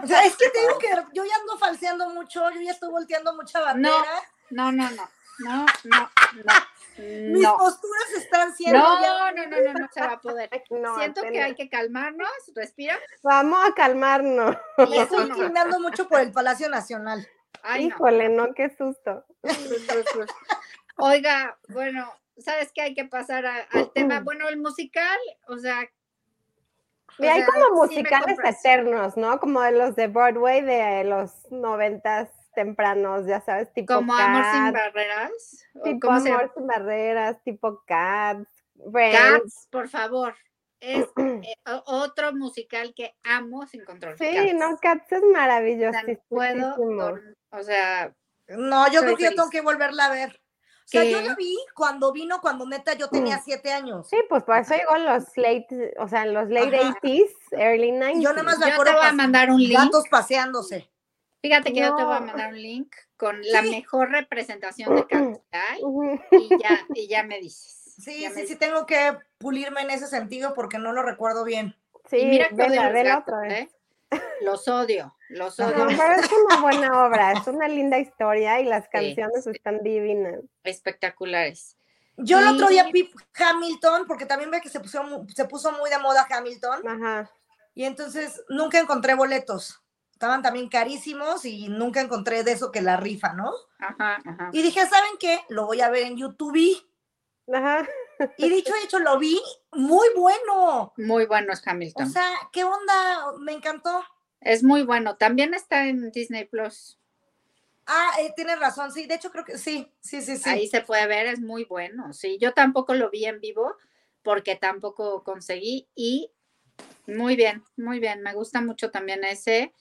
[SPEAKER 2] O sea, es que te digo que yo ya ando falseando mucho, yo ya estoy volteando mucha bandera.
[SPEAKER 1] No, no, no. no, no,
[SPEAKER 2] Mis
[SPEAKER 1] no. No,
[SPEAKER 2] posturas están siendo. ya-
[SPEAKER 1] no, no, no, no, no se va a poder.
[SPEAKER 3] Ay, no,
[SPEAKER 1] Siento que
[SPEAKER 3] Antonio.
[SPEAKER 1] hay que calmarnos, respira.
[SPEAKER 3] Vamos a calmarnos.
[SPEAKER 2] Me
[SPEAKER 1] Eso
[SPEAKER 2] estoy
[SPEAKER 1] no.
[SPEAKER 2] inclinando mucho por el Palacio Nacional.
[SPEAKER 1] Ay, no.
[SPEAKER 3] Híjole, no, qué susto.
[SPEAKER 1] Oiga, bueno, ¿sabes qué hay que pasar a- al tema? Bueno, el musical, o sea. o
[SPEAKER 3] Y hay
[SPEAKER 1] sea,
[SPEAKER 3] como
[SPEAKER 1] sí me
[SPEAKER 3] musicales
[SPEAKER 1] compras.
[SPEAKER 3] eternos, ¿no? Como de los de Broadway de los noventas tempranos, ya sabes, tipo
[SPEAKER 1] Como Amor sin
[SPEAKER 3] Cats,
[SPEAKER 1] Barreras. o
[SPEAKER 3] tipo
[SPEAKER 1] ¿Cómo se llama?
[SPEAKER 3] Amor sin barreras, tipo Cats, Friends.
[SPEAKER 1] Cats, por favor. Es eh, o- otro musical que amo sin control.
[SPEAKER 3] Sí,
[SPEAKER 1] Cats.
[SPEAKER 3] no,
[SPEAKER 1] O
[SPEAKER 3] Cats es
[SPEAKER 1] sea, no
[SPEAKER 3] maravilloso.
[SPEAKER 1] puedo, dorm- o sea,
[SPEAKER 2] No,
[SPEAKER 1] Soy
[SPEAKER 2] yo creo que yo
[SPEAKER 1] feliz.
[SPEAKER 2] tengo que volverla a ver. O sea, yo
[SPEAKER 1] ¿Qué? Mm.
[SPEAKER 2] la vi cuando vino, cuando neta yo tenía siete años.
[SPEAKER 3] Sí, pues por eso digo los late, o sea, los late
[SPEAKER 2] Ajá.
[SPEAKER 3] 80s, early 90s.
[SPEAKER 2] Yo nada más me
[SPEAKER 1] yo te
[SPEAKER 2] acuerdo
[SPEAKER 1] voy a
[SPEAKER 2] pas-
[SPEAKER 1] mandar un link.
[SPEAKER 2] gatos paseándose.
[SPEAKER 1] Fíjate que yo te voy a
[SPEAKER 3] No.
[SPEAKER 1] mandar un link con la
[SPEAKER 2] Sí.
[SPEAKER 1] mejor representación de Cats que hay
[SPEAKER 3] Ujú.
[SPEAKER 1] y ya, y ya me dices.
[SPEAKER 2] Sí,
[SPEAKER 1] ya me
[SPEAKER 2] sí, sí,
[SPEAKER 1] dices.
[SPEAKER 2] tengo que pulirme en ese sentido porque no lo recuerdo bien.
[SPEAKER 3] Sí,
[SPEAKER 1] y mira que odio
[SPEAKER 3] vela,
[SPEAKER 1] los
[SPEAKER 3] vela
[SPEAKER 1] gatos,
[SPEAKER 3] otra vez.
[SPEAKER 1] ¿eh? Los odio, los
[SPEAKER 2] Ajá.
[SPEAKER 3] No,
[SPEAKER 1] odio.
[SPEAKER 3] pero es una buena obra, es una linda historia y las canciones
[SPEAKER 1] sí.
[SPEAKER 3] están divinas.
[SPEAKER 1] Espectaculares.
[SPEAKER 2] Yo el otro día
[SPEAKER 1] Y-
[SPEAKER 2] vi Hamilton, porque también ve que se puso, mu- se puso muy de moda Hamilton,
[SPEAKER 3] Ajá.
[SPEAKER 2] y entonces nunca encontré boletos. Estaban también carísimos y nunca encontré de eso que la rifa, ¿no?
[SPEAKER 1] Ajá, ajá.
[SPEAKER 2] Y dije, ¿saben qué? Lo voy a ver en YouTube. Y
[SPEAKER 3] Ajá.
[SPEAKER 2] dicho y hecho, lo vi muy bueno.
[SPEAKER 1] Muy buenos
[SPEAKER 2] O
[SPEAKER 1] Hamilton.
[SPEAKER 2] sea, ¿qué onda? Me encantó.
[SPEAKER 1] es muy bueno. También está en Disney Plus.
[SPEAKER 2] Ah, eh, tienes razón, sí, de hecho creo que sí, sí, sí, sí.
[SPEAKER 1] Ahí se puede ver, es muy bueno. Sí, yo tampoco lo vi en vivo porque tampoco conseguí y muy bien, muy bien. Me gusta mucho también ese.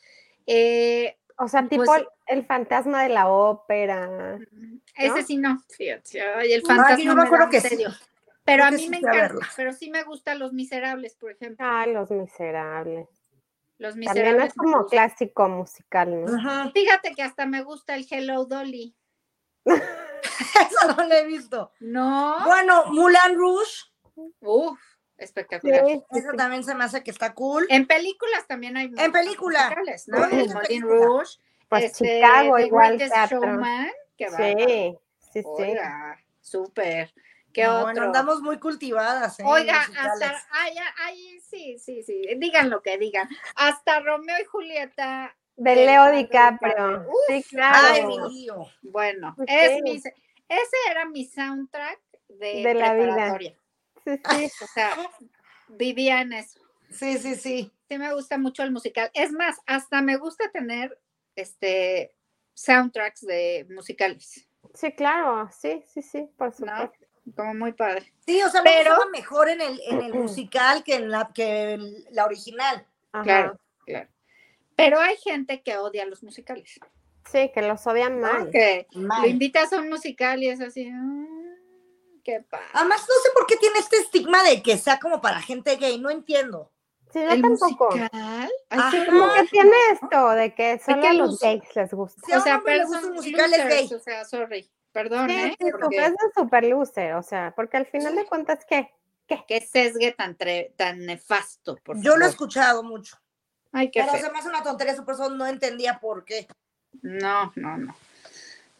[SPEAKER 1] Eh,
[SPEAKER 3] O sea, tipo
[SPEAKER 1] Pues-
[SPEAKER 3] el fantasma de la ópera.
[SPEAKER 1] Ese
[SPEAKER 3] ¿No?
[SPEAKER 1] sí no, fíjate. ay, el
[SPEAKER 2] No, Ah, yo
[SPEAKER 1] fantasma.
[SPEAKER 2] me acuerdo
[SPEAKER 1] da
[SPEAKER 2] que
[SPEAKER 1] un
[SPEAKER 2] sí.
[SPEAKER 1] tedio. Pero
[SPEAKER 2] Creo
[SPEAKER 1] a
[SPEAKER 2] que
[SPEAKER 1] mí
[SPEAKER 2] sí
[SPEAKER 1] me
[SPEAKER 2] fui a
[SPEAKER 1] encanta,
[SPEAKER 2] verla.
[SPEAKER 1] pero sí me gustan Los Miserables, por ejemplo.
[SPEAKER 3] Ah, Los Miserables.
[SPEAKER 1] Los
[SPEAKER 3] También
[SPEAKER 1] Miserables. Ah,
[SPEAKER 3] es
[SPEAKER 1] me
[SPEAKER 3] como
[SPEAKER 1] gustan.
[SPEAKER 3] clásico musical, ¿no?
[SPEAKER 2] Ujú.
[SPEAKER 1] Fíjate que hasta me gusta el Hello Dolly.
[SPEAKER 2] Eso no lo he visto.
[SPEAKER 1] No,
[SPEAKER 2] Bueno, Mulan Rouge,
[SPEAKER 1] uff, espectacular.
[SPEAKER 3] Sí, sí,
[SPEAKER 2] esa
[SPEAKER 3] sí.
[SPEAKER 2] también se me hace que está cool.
[SPEAKER 1] En películas también hay. muchos
[SPEAKER 2] película.
[SPEAKER 1] musicales, ¿no?
[SPEAKER 3] Ujú.
[SPEAKER 1] El
[SPEAKER 2] En
[SPEAKER 1] Moulin
[SPEAKER 2] película.
[SPEAKER 1] Rouge.
[SPEAKER 3] Pues
[SPEAKER 1] este,
[SPEAKER 3] Chicago
[SPEAKER 1] The
[SPEAKER 3] igual
[SPEAKER 1] Greatest
[SPEAKER 3] teatro.
[SPEAKER 1] Showman, que va.
[SPEAKER 3] Sí, sí, sí.
[SPEAKER 1] Oiga, súper. ¿Qué
[SPEAKER 2] No,
[SPEAKER 1] otro?
[SPEAKER 2] Bueno, andamos muy cultivadas. ¿eh?
[SPEAKER 1] Oiga,
[SPEAKER 2] musicales.
[SPEAKER 1] hasta. Ay, ay, sí, sí, sí. Digan lo que digan. Hasta Romeo y Julieta.
[SPEAKER 3] De
[SPEAKER 1] de
[SPEAKER 3] Leo
[SPEAKER 1] Leonardo
[SPEAKER 3] DiCaprio.
[SPEAKER 1] Uf,
[SPEAKER 3] Sí,
[SPEAKER 2] Ay,
[SPEAKER 3] claro.
[SPEAKER 2] mi lío.
[SPEAKER 1] Bueno,
[SPEAKER 3] Ok.
[SPEAKER 1] es mi, ese era mi soundtrack de,
[SPEAKER 3] De la vida.
[SPEAKER 1] preparatoria.
[SPEAKER 3] Sí, sí.
[SPEAKER 1] O sea, vivía en eso.
[SPEAKER 2] Sí, sí, sí.
[SPEAKER 1] Sí me gusta mucho el musical. Es más, hasta me gusta tener este soundtracks de musicales,
[SPEAKER 3] Sí, claro. Sí, sí, sí, por
[SPEAKER 1] ¿no?
[SPEAKER 3] supuesto.
[SPEAKER 1] Como muy padre.
[SPEAKER 2] Sí, o sea, me
[SPEAKER 1] Pero-
[SPEAKER 2] gustaba mejor en el, en el musical que en la, que en la original.
[SPEAKER 3] Ajá.
[SPEAKER 1] Claro, claro. Pero hay gente que odia los musicales.
[SPEAKER 3] Sí, que los odian mal.
[SPEAKER 1] Que lo
[SPEAKER 2] Mal.
[SPEAKER 1] invitas a un musical y es así, "Mm, qué padre.
[SPEAKER 2] Además, no sé por qué tiene este estigma de que sea como para gente gay, no entiendo.
[SPEAKER 3] Sí, yo
[SPEAKER 1] ¿El
[SPEAKER 3] tampoco.
[SPEAKER 1] musical? Así
[SPEAKER 2] Ajá.
[SPEAKER 3] ¿Cómo que tiene esto de que solo
[SPEAKER 1] que
[SPEAKER 3] a los
[SPEAKER 1] los-
[SPEAKER 3] gays les gusta?
[SPEAKER 2] Si a
[SPEAKER 1] o
[SPEAKER 2] un
[SPEAKER 1] sea,
[SPEAKER 2] hombre le
[SPEAKER 1] pero
[SPEAKER 2] gusta
[SPEAKER 1] son
[SPEAKER 2] un musical, es
[SPEAKER 1] losers,
[SPEAKER 2] gay.
[SPEAKER 1] O sea, sorry. Perdón,
[SPEAKER 3] Sí,
[SPEAKER 1] ¿eh?
[SPEAKER 3] sí, su
[SPEAKER 1] Porque
[SPEAKER 3] es un super loser, o sea, porque al final de cuentas, ¿qué?
[SPEAKER 1] qué sesgue tan, tre- tan nefasto, por
[SPEAKER 2] Yo lo he
[SPEAKER 1] favor.
[SPEAKER 2] escuchado mucho,
[SPEAKER 1] Ay, qué
[SPEAKER 2] pero
[SPEAKER 1] feo.
[SPEAKER 2] se me hace una tontería, su persona no entendía por qué.
[SPEAKER 1] No, no, no.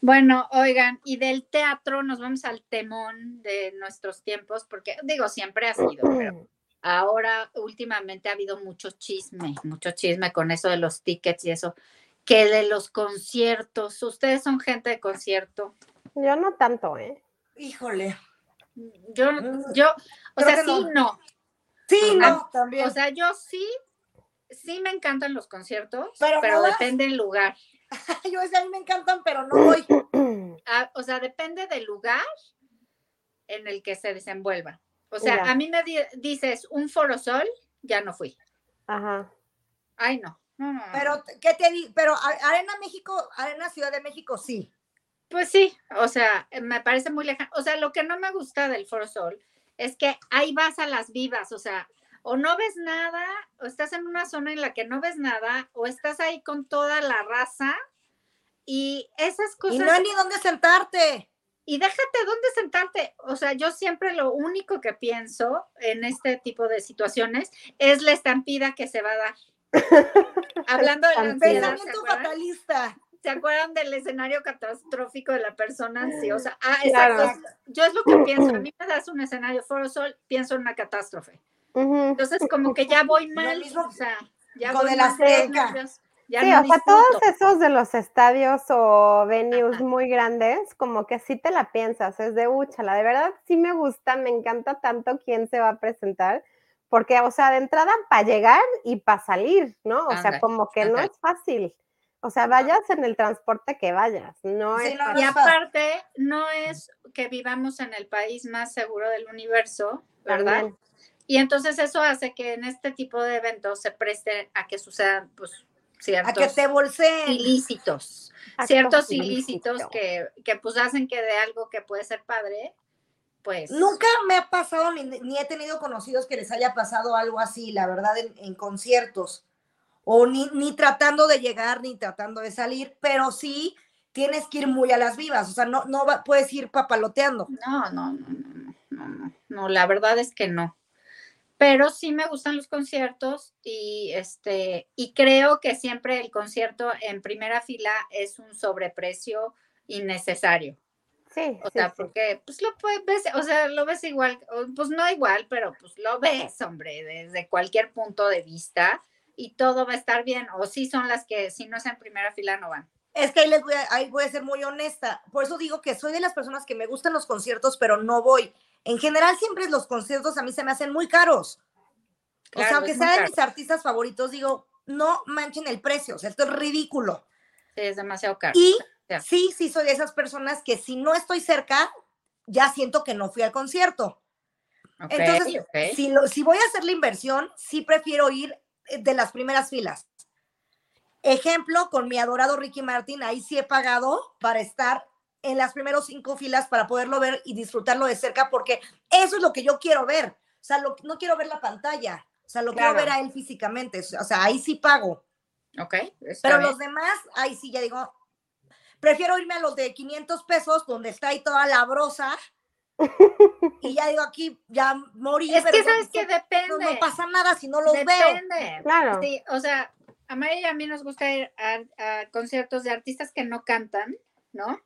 [SPEAKER 1] Bueno, oigan, y del teatro nos vamos al temón de nuestros tiempos, porque digo, siempre ha sido, pero ahora últimamente ha habido mucho chisme, mucho chisme con eso de los tickets y eso, que de los conciertos, ustedes son gente de concierto,
[SPEAKER 3] Yo no tanto, ¿eh?
[SPEAKER 2] Híjole.
[SPEAKER 1] yo, yo, o
[SPEAKER 2] Ah, Creo
[SPEAKER 1] sea,
[SPEAKER 2] que
[SPEAKER 1] sí,
[SPEAKER 2] no.
[SPEAKER 1] no,
[SPEAKER 2] Sí,
[SPEAKER 1] Ajá.
[SPEAKER 2] no, también.
[SPEAKER 1] Pues o sea, yo sí, sí me encantan los conciertos,
[SPEAKER 2] Pero
[SPEAKER 1] pero,
[SPEAKER 2] no vas.
[SPEAKER 1] depende del lugar,
[SPEAKER 2] yo decía, a mí me encantan, pero no voy.
[SPEAKER 1] Ah, o sea, depende del lugar en el que se desenvuelva. O sea,
[SPEAKER 3] Ya.
[SPEAKER 1] a mí me di- dices un foro sol, ya no fui.
[SPEAKER 3] Ajá.
[SPEAKER 1] Ay, no. No, no, no.
[SPEAKER 2] Pero, ¿qué te di? Pero a- Arena México, Arena Ciudad de México, sí.
[SPEAKER 1] pues sí, o sea, me parece muy lejano. O sea, lo que no me gusta del foro sol es que ahí vas a las vivas, o sea, o no ves nada, o estás en una zona en la que no ves nada, o estás ahí con toda la raza y esas cosas...
[SPEAKER 2] Y no hay ni dónde sentarte.
[SPEAKER 1] y déjate dónde sentarte. O sea, yo siempre lo único que pienso en este tipo de situaciones es la estampida que se va a dar. Hablando de la ansiedad, ¿se
[SPEAKER 2] Pensamiento
[SPEAKER 1] acuerdan?
[SPEAKER 2] fatalista.
[SPEAKER 1] ¿Se acuerdan del escenario catastrófico de la persona ansiosa? Ah, exacto. Claro. Yo es lo que pienso. A mí me das un escenario Foro Sol, pienso en una catástrofe. Uh -huh. Entonces, como que ya voy mal. Mismo, o sea, ya
[SPEAKER 2] con
[SPEAKER 1] voy
[SPEAKER 2] el mal,
[SPEAKER 3] ya sí, no o sea, todos esos de los estadios o venues Ajá. muy grandes, como que sí te la piensas, es de úchala, de verdad sí me gusta, me encanta tanto quién se va a presentar, porque, o sea, de entrada para llegar y para salir, ¿no? O André, sea, como que André. no es fácil. O sea, vayas en el transporte que vayas, no sí, es
[SPEAKER 1] no, Y aparte, no es que vivamos en el país más seguro del universo, ¿verdad? También. Y entonces eso hace que en este tipo de eventos se preste a que sucedan, pues,
[SPEAKER 2] a que te bolseen.
[SPEAKER 1] Ilícitos. Actos ciertos ilícitos, ilícito. que, que, pues hacen que de algo que puede ser padre, pues.
[SPEAKER 2] Nunca me ha pasado, ni, ni he tenido conocidos que les haya pasado algo así, la verdad, en, en conciertos. O ni, ni, tratando de llegar, ni tratando de salir, pero sí tienes que ir muy a las vivas. O sea, no, no va, puedes ir papaloteando.
[SPEAKER 1] No, no, no, no, no, no, no, la verdad es que no pero sí me gustan los conciertos y este y creo que siempre el concierto en primera fila es un sobreprecio innecesario.
[SPEAKER 3] Sí.
[SPEAKER 1] O sea,
[SPEAKER 3] sí,
[SPEAKER 1] porque pues lo puedes ves, o sea, lo ves igual, pues no igual, pero pues lo ves, hombre, desde cualquier punto de vista y todo va a estar bien o sí son las que si no es en primera fila no van.
[SPEAKER 2] Es que ahí, les voy a, ahí voy a ser muy honesta. Por eso digo que soy de las personas que me gustan los conciertos, pero no voy. En general, siempre los conciertos a mí se me hacen muy caros. Claro, o sea, aunque sean mis artistas favoritos, digo, no manchen el precio. O sea, esto es ridículo.
[SPEAKER 1] Sí, es demasiado caro.
[SPEAKER 2] Y yeah. sí, sí, soy de esas personas que si no estoy cerca, ya siento que no fui al concierto. Okay, Entonces, okay. Si, lo, si voy a hacer la inversión, sí prefiero ir eh, de las primeras filas. Ejemplo, con mi adorado Ricky Martin, ahí sí he pagado para estar en las primeros cinco filas para poderlo ver y disfrutarlo de cerca, porque eso es lo que yo quiero ver. O sea, lo, no quiero ver la pantalla, o sea, lo claro. quiero ver a él físicamente. O sea, ahí sí pago.
[SPEAKER 1] Ok.
[SPEAKER 2] Pero bien. los demás, ahí sí ya digo, prefiero irme a los de 500 pesos, donde está ahí toda la brosa. y ya digo aquí, ya morí. pues,
[SPEAKER 1] Es que sabes no, que depende.
[SPEAKER 2] No, no, pasa nada si no los
[SPEAKER 1] depende.
[SPEAKER 2] veo.
[SPEAKER 1] Depende. Claro. Sí, o sea, a María y a mí nos gusta ir a, a conciertos de artistas que no cantan, ¿no?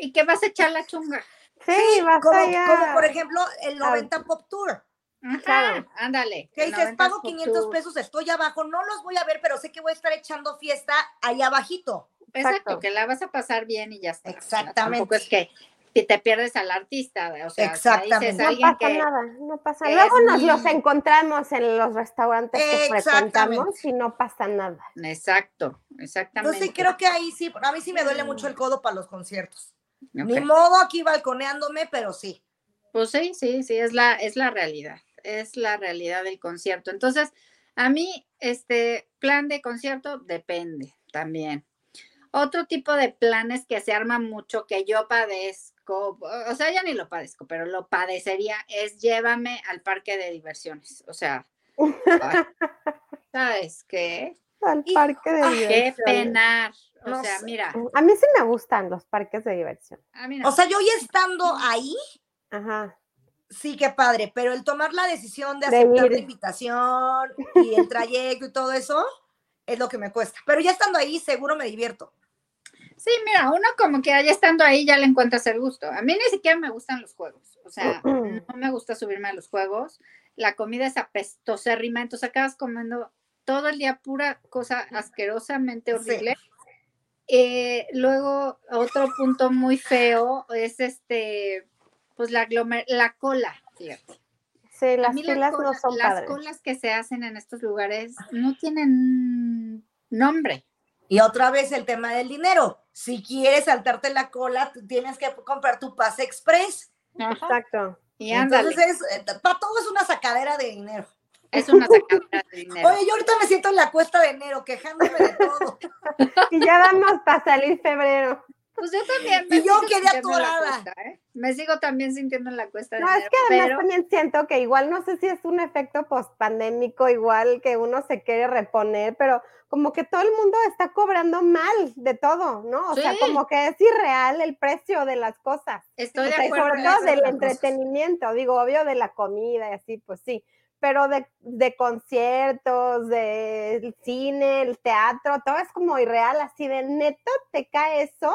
[SPEAKER 1] y que vas a echar la chunga.
[SPEAKER 3] Sí, sí vas
[SPEAKER 2] como,
[SPEAKER 3] allá.
[SPEAKER 2] como por ejemplo el 90 ah. Pop Tour.
[SPEAKER 1] Ajá, claro, Ah, ándale.
[SPEAKER 2] Que dices, pago 500 Tour. pesos, estoy abajo, no los voy a ver, pero sé que voy a estar echando fiesta ahí abajito.
[SPEAKER 1] Exacto, Exacto que la vas a pasar bien y ya está.
[SPEAKER 2] Exactamente.
[SPEAKER 1] O sea, tampoco es que te pierdes al artista, o sea,
[SPEAKER 2] Exactamente.
[SPEAKER 3] no pasa que, nada, no pasa nada. Luego nos mi... los encontramos en los restaurantes que frecuentamos y no pasa nada.
[SPEAKER 1] Exacto, exactamente. Mm.
[SPEAKER 2] Entonces creo que ahí sí, a mí sí me duele mucho el codo para los conciertos. Okay. Ni modo aquí balconeándome, pero sí.
[SPEAKER 1] Pues sí, sí, sí, es la, es la realidad, es la realidad del concierto. Entonces, a mí, este plan de concierto depende también. Otro tipo de planes que se arma mucho, que yo padezco, o sea, ya ni lo padezco, pero lo padecería, es llévame al parque de diversiones. O sea, ay, ¿sabes qué?
[SPEAKER 3] Al parque de diversiones.
[SPEAKER 1] Qué penar. O no sea, sé. mira.
[SPEAKER 3] A mí sí me gustan los parques de diversión.
[SPEAKER 2] No. O sea, yo ya estando ahí.
[SPEAKER 3] Ajá.
[SPEAKER 2] Sí, qué padre, pero el tomar la decisión de aceptar de la invitación y el trayecto y todo eso es lo que me cuesta. Pero ya estando ahí, seguro me divierto.
[SPEAKER 1] Sí, mira, uno como que ya estando ahí ya le encuentras el gusto. A mí ni siquiera me gustan los juegos. O sea, no me gusta subirme a los juegos. La comida es apestosérrima, entonces acabas comiendo todo el día pura cosa asquerosamente horrible. Sí. Eh, luego, otro punto muy feo es este, pues la, la cola, fíjate.
[SPEAKER 3] Sí, las colas cola, no son
[SPEAKER 1] Las
[SPEAKER 3] padres.
[SPEAKER 1] colas que se hacen en estos lugares no tienen nombre.
[SPEAKER 2] Y otra vez el tema del dinero. Si quieres saltarte la cola, tienes que comprar tu pase express.
[SPEAKER 3] Ajá. Exacto.
[SPEAKER 2] Y Entonces, es, para todo es una sacadera de dinero.
[SPEAKER 1] Es una sacadera de dinero.
[SPEAKER 2] Oye, yo ahorita me siento en la cuesta de enero, quejándome de todo.
[SPEAKER 3] y ya vamos para salir febrero.
[SPEAKER 1] Pues yo también. Me
[SPEAKER 2] y yo quedé atorada.
[SPEAKER 1] Cuesta, ¿eh? Me sigo también sintiendo en la cuesta. De
[SPEAKER 3] no,
[SPEAKER 1] enero,
[SPEAKER 3] es que además pero... también siento que igual, no sé si es un efecto pospandémico, igual que uno se quiere reponer, pero como que todo el mundo está cobrando mal de todo, ¿no? O sí. sea, como que es irreal el precio de las cosas.
[SPEAKER 1] Estoy
[SPEAKER 3] o
[SPEAKER 1] de
[SPEAKER 3] sea,
[SPEAKER 1] acuerdo.
[SPEAKER 3] Sobre todo del entretenimiento, digo, obvio de la comida y así, pues sí. pero de, de conciertos, del cine, el teatro, todo es como irreal, así de neto te cae eso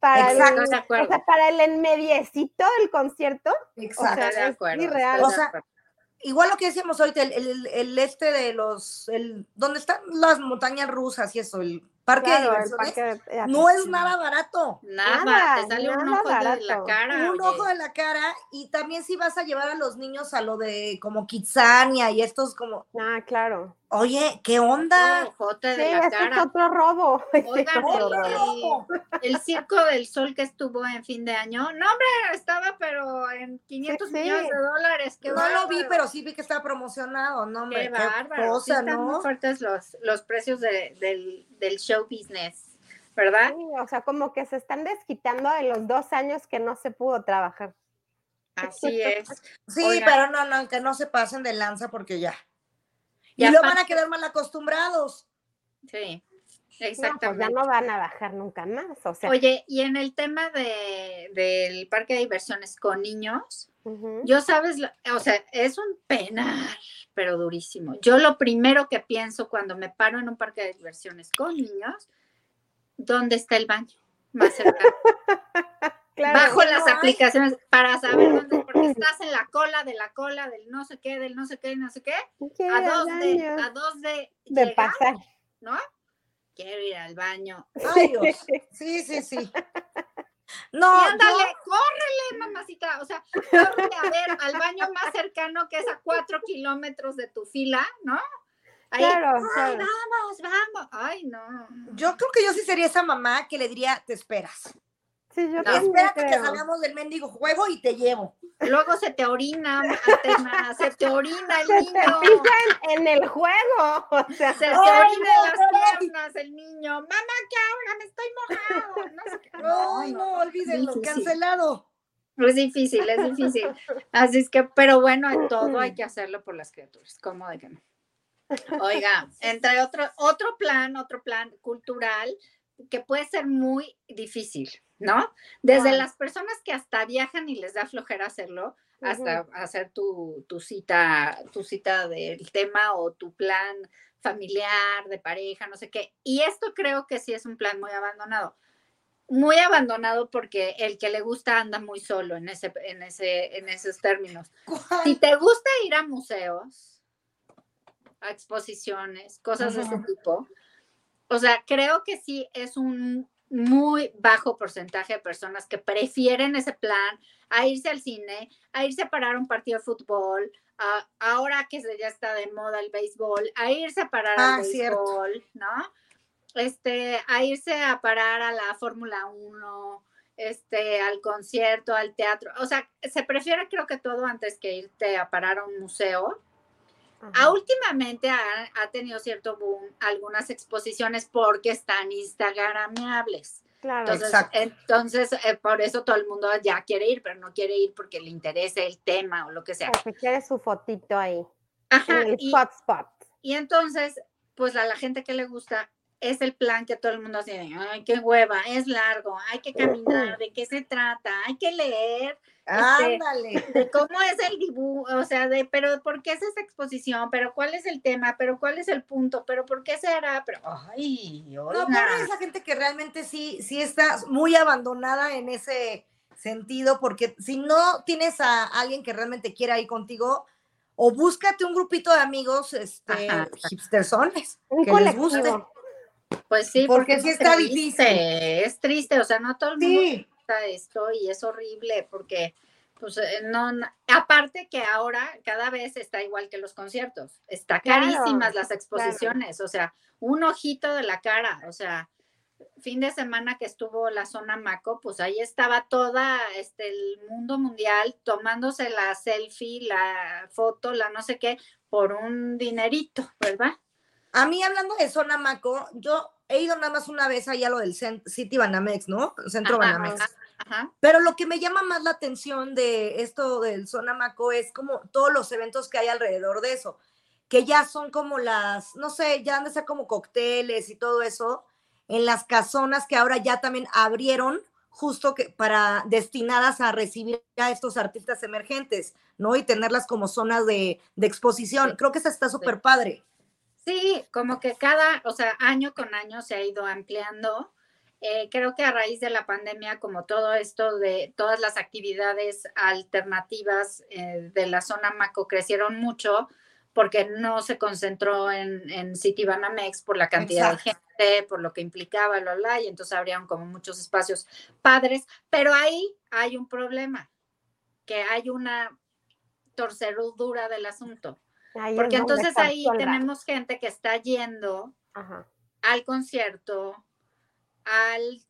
[SPEAKER 3] para,
[SPEAKER 2] Exacto,
[SPEAKER 3] el,
[SPEAKER 1] de acuerdo.
[SPEAKER 3] o sea, para el enmediecito del concierto.
[SPEAKER 2] Exacto.
[SPEAKER 3] O sea,
[SPEAKER 1] Estoy de
[SPEAKER 3] es
[SPEAKER 1] acuerdo.
[SPEAKER 3] irreal.
[SPEAKER 1] estoy
[SPEAKER 2] O
[SPEAKER 1] de
[SPEAKER 2] sea,
[SPEAKER 1] acuerdo.
[SPEAKER 2] Igual lo que decíamos ahorita, el, el- el este de los, el, donde están las montañas rusas y eso, el parque de
[SPEAKER 3] Claro, el
[SPEAKER 2] diversiones,
[SPEAKER 3] parque de-
[SPEAKER 2] no es nada barato.
[SPEAKER 1] nada,
[SPEAKER 3] nada,
[SPEAKER 1] te sale un
[SPEAKER 3] nada
[SPEAKER 1] ojo de la
[SPEAKER 3] barato.
[SPEAKER 1] cara.
[SPEAKER 2] Un
[SPEAKER 1] oye.
[SPEAKER 2] ojo de la cara y también si vas a llevar a los niños a lo de como Kitsania y estos como,
[SPEAKER 3] Ah, claro.
[SPEAKER 2] oye, ¿qué
[SPEAKER 1] Un
[SPEAKER 2] onda?
[SPEAKER 1] ojote
[SPEAKER 3] Sí,
[SPEAKER 1] de la
[SPEAKER 3] este es
[SPEAKER 1] cara.
[SPEAKER 3] otro robo.
[SPEAKER 1] Oigan,
[SPEAKER 3] Otro
[SPEAKER 1] el-
[SPEAKER 3] robo.
[SPEAKER 2] loco.
[SPEAKER 1] el, el circo del sol que estuvo en fin de año, no hombre, estaba pero en 500
[SPEAKER 3] sí.
[SPEAKER 1] millones de dólares. Qué
[SPEAKER 2] no lo vi,
[SPEAKER 1] bárbaro.
[SPEAKER 2] pero sí vi que estaba promocionado, no hombre,
[SPEAKER 1] Qué
[SPEAKER 2] qué
[SPEAKER 1] bárbaro. sí
[SPEAKER 2] cosa,
[SPEAKER 1] están muy
[SPEAKER 2] ¿no?
[SPEAKER 1] fuertes los, los precios de- del, del show business, ¿verdad?
[SPEAKER 3] Sí, o sea, como que se están desquitando de los dos años que no se pudo trabajar.
[SPEAKER 1] Así es.
[SPEAKER 2] Sí,
[SPEAKER 1] Oigan.
[SPEAKER 2] pero no, no, que no se pasen de lanza porque ya.
[SPEAKER 1] Y
[SPEAKER 2] Y lo van a
[SPEAKER 1] aparte-
[SPEAKER 2] quedar mal acostumbrados.
[SPEAKER 1] Sí,
[SPEAKER 3] No, pues ya
[SPEAKER 1] exactamente.
[SPEAKER 3] no van a bajar nunca más. O sea,
[SPEAKER 1] Oye, y en el tema de, del parque de diversiones con niños,
[SPEAKER 3] ujú.
[SPEAKER 1] yo sabes, la- o sea, es un penar, pero durísimo. Yo lo primero que pienso cuando me paro en un parque de diversiones con niños, ¿dónde está el baño? Más cercano.
[SPEAKER 3] Claro.
[SPEAKER 1] bajo
[SPEAKER 2] no
[SPEAKER 1] las
[SPEAKER 2] hay.
[SPEAKER 1] aplicaciones para saber dónde, porque estás en la cola de la cola del no sé qué, del no sé qué, no sé qué,
[SPEAKER 3] Quiero
[SPEAKER 1] a
[SPEAKER 3] ir al
[SPEAKER 1] dos de,
[SPEAKER 3] baño.
[SPEAKER 1] a dos de,
[SPEAKER 3] de
[SPEAKER 1] llegar,
[SPEAKER 3] pasar.
[SPEAKER 1] ¿no? Quiero ir al baño.
[SPEAKER 2] Ay, Dios. Sí, sí, sí.
[SPEAKER 1] Y
[SPEAKER 2] No,
[SPEAKER 1] ándale, córrele, mamacita. O sea, córrele a ver al baño más cercano que es a cuatro kilómetros de tu fila, ¿no? Ahí,
[SPEAKER 3] Claro,
[SPEAKER 1] ay,
[SPEAKER 3] claro.
[SPEAKER 1] vamos, vamos. Ay, no.
[SPEAKER 2] yo, yo creo que yo sí sería esa mamá que le diría, te esperas.
[SPEAKER 3] Sí, yo
[SPEAKER 1] No.
[SPEAKER 3] también
[SPEAKER 2] Espérate que
[SPEAKER 3] creo.
[SPEAKER 2] salgamos del mendigo juego y te llevo.
[SPEAKER 1] Luego se te orina, Atena, se te orina el
[SPEAKER 3] Se
[SPEAKER 1] niño.
[SPEAKER 3] te fijan en el juego. O sea,
[SPEAKER 1] Se te
[SPEAKER 2] Ay,
[SPEAKER 1] orina
[SPEAKER 2] no,
[SPEAKER 1] en las
[SPEAKER 2] no.
[SPEAKER 1] piernas el niño. Mamá, ¿qué ahora? Me estoy mojado. No sé qué.
[SPEAKER 2] Ay, no, olvídenlo,
[SPEAKER 1] Sí, sí, sí.
[SPEAKER 2] cancelado.
[SPEAKER 1] Es difícil, es difícil. Así es que, pero bueno, en todo hay que hacerlo por las criaturas. ¿Cómo de que no? Oiga, entre otro, otro plan, otro plan cultural que puede ser muy difícil, ¿no? Desde
[SPEAKER 3] Claro.
[SPEAKER 1] las personas que hasta viajan y les da flojera hacerlo, hasta hacer tu, tu cita, tu cita del tema o tu plan familiar, de pareja, no sé qué. Y esto creo que sí es un plan muy abandonado. Muy abandonado porque el que le gusta anda muy solo en, ese, en, ese, en esos términos. Si
[SPEAKER 2] ¿Cuál?
[SPEAKER 1] te gusta ir a museos, a exposiciones, cosas de
[SPEAKER 2] Ajá.
[SPEAKER 1] ese tipo, o sea, creo que sí es un muy bajo porcentaje de personas que prefieren ese plan a irse al cine, a irse a parar a un partido de fútbol, a- ahora que se- ya está de moda el béisbol, a irse a parar
[SPEAKER 2] Ah,
[SPEAKER 1] al
[SPEAKER 2] cierto.
[SPEAKER 1] béisbol, ¿no? Este, a irse a parar a la Fórmula 1, este, al concierto, al teatro. O sea, se prefiere creo que todo antes que irte a parar a un museo.
[SPEAKER 3] Ajá.
[SPEAKER 1] Ah, últimamente ha, ha tenido cierto boom algunas exposiciones porque están instagrameables.
[SPEAKER 3] Claro.
[SPEAKER 1] Entonces,
[SPEAKER 2] Exacto.
[SPEAKER 1] entonces eh, por eso todo el mundo ya quiere ir, pero no quiere ir porque le interese el tema o lo que sea.
[SPEAKER 3] Como que quiere su fotito ahí,
[SPEAKER 1] Ajá,
[SPEAKER 3] en el
[SPEAKER 1] y-
[SPEAKER 3] hotspot.
[SPEAKER 1] y entonces, pues a la gente que le gusta es el plan que todo el mundo tiene. Ay, qué hueva, es largo, hay que caminar, de qué se trata, hay que leer,
[SPEAKER 2] Ándale.
[SPEAKER 1] de cómo es el dibujo, o sea, de, pero ¿por qué es esta exposición? ¿Pero cuál es el tema? ¿Pero cuál es el punto? ¿Pero por qué será? Pero, ay,
[SPEAKER 2] No,
[SPEAKER 1] oiga.
[SPEAKER 2] pobre esa gente que realmente sí, sí está muy abandonada en ese sentido, porque si no tienes a alguien que realmente quiera ir contigo, o búscate un grupito de amigos, este,
[SPEAKER 1] Ajá.
[SPEAKER 2] hipstersones,
[SPEAKER 3] Un
[SPEAKER 2] que les guste.
[SPEAKER 3] colectivo.
[SPEAKER 1] Pues sí,
[SPEAKER 2] Porque sí
[SPEAKER 1] es
[SPEAKER 2] está
[SPEAKER 1] triste,
[SPEAKER 2] difícil.
[SPEAKER 1] Es triste, o sea, no todo el mundo
[SPEAKER 2] Sí,
[SPEAKER 1] gusta esto y es horrible porque pues eh, no na- aparte que ahora cada vez está igual que los conciertos está
[SPEAKER 3] Claro,
[SPEAKER 1] carísimas las exposiciones o sea un ojito de la cara o sea fin de semana que estuvo la zona Maco pues ahí estaba toda este el mundo mundial tomándose la selfie la foto la no sé qué por un dinerito verdad
[SPEAKER 2] a mí hablando de zona Maco, yo he ido nada más una vez allá a lo del cen- City Banamex, ¿no? Centro
[SPEAKER 1] Ajá,
[SPEAKER 2] Banamex.
[SPEAKER 1] ajá, ajá.
[SPEAKER 2] Pero lo que me llama más la atención de esto del Zona Maco es como todos los eventos que hay alrededor de eso, que ya son como las, no sé, ya han de ser como cócteles y todo eso, en las casonas que ahora ya también abrieron justo que para destinadas a recibir a estos artistas emergentes, ¿no? Y tenerlas como zonas de, de exposición.
[SPEAKER 1] Sí.
[SPEAKER 2] Creo que esa está súper padre.
[SPEAKER 1] Sí, como que cada, o sea, año con año se ha ido ampliando. Eh, creo que a raíz de la pandemia, como todo esto de todas las actividades alternativas eh, de la zona Maco crecieron mucho porque no se concentró en, en City Banamex por la cantidad
[SPEAKER 2] Exacto.
[SPEAKER 1] de gente, por lo que implicaba, lo bla, y entonces abrieron como muchos espacios padres. Pero ahí hay un problema, que hay una torcerudura del asunto.
[SPEAKER 3] Ahí
[SPEAKER 1] Porque
[SPEAKER 3] es donde
[SPEAKER 1] entonces
[SPEAKER 3] está el
[SPEAKER 1] ahí
[SPEAKER 3] sol, ¿verdad?
[SPEAKER 1] tenemos gente que está yendo
[SPEAKER 3] Ajá.
[SPEAKER 1] al concierto, al,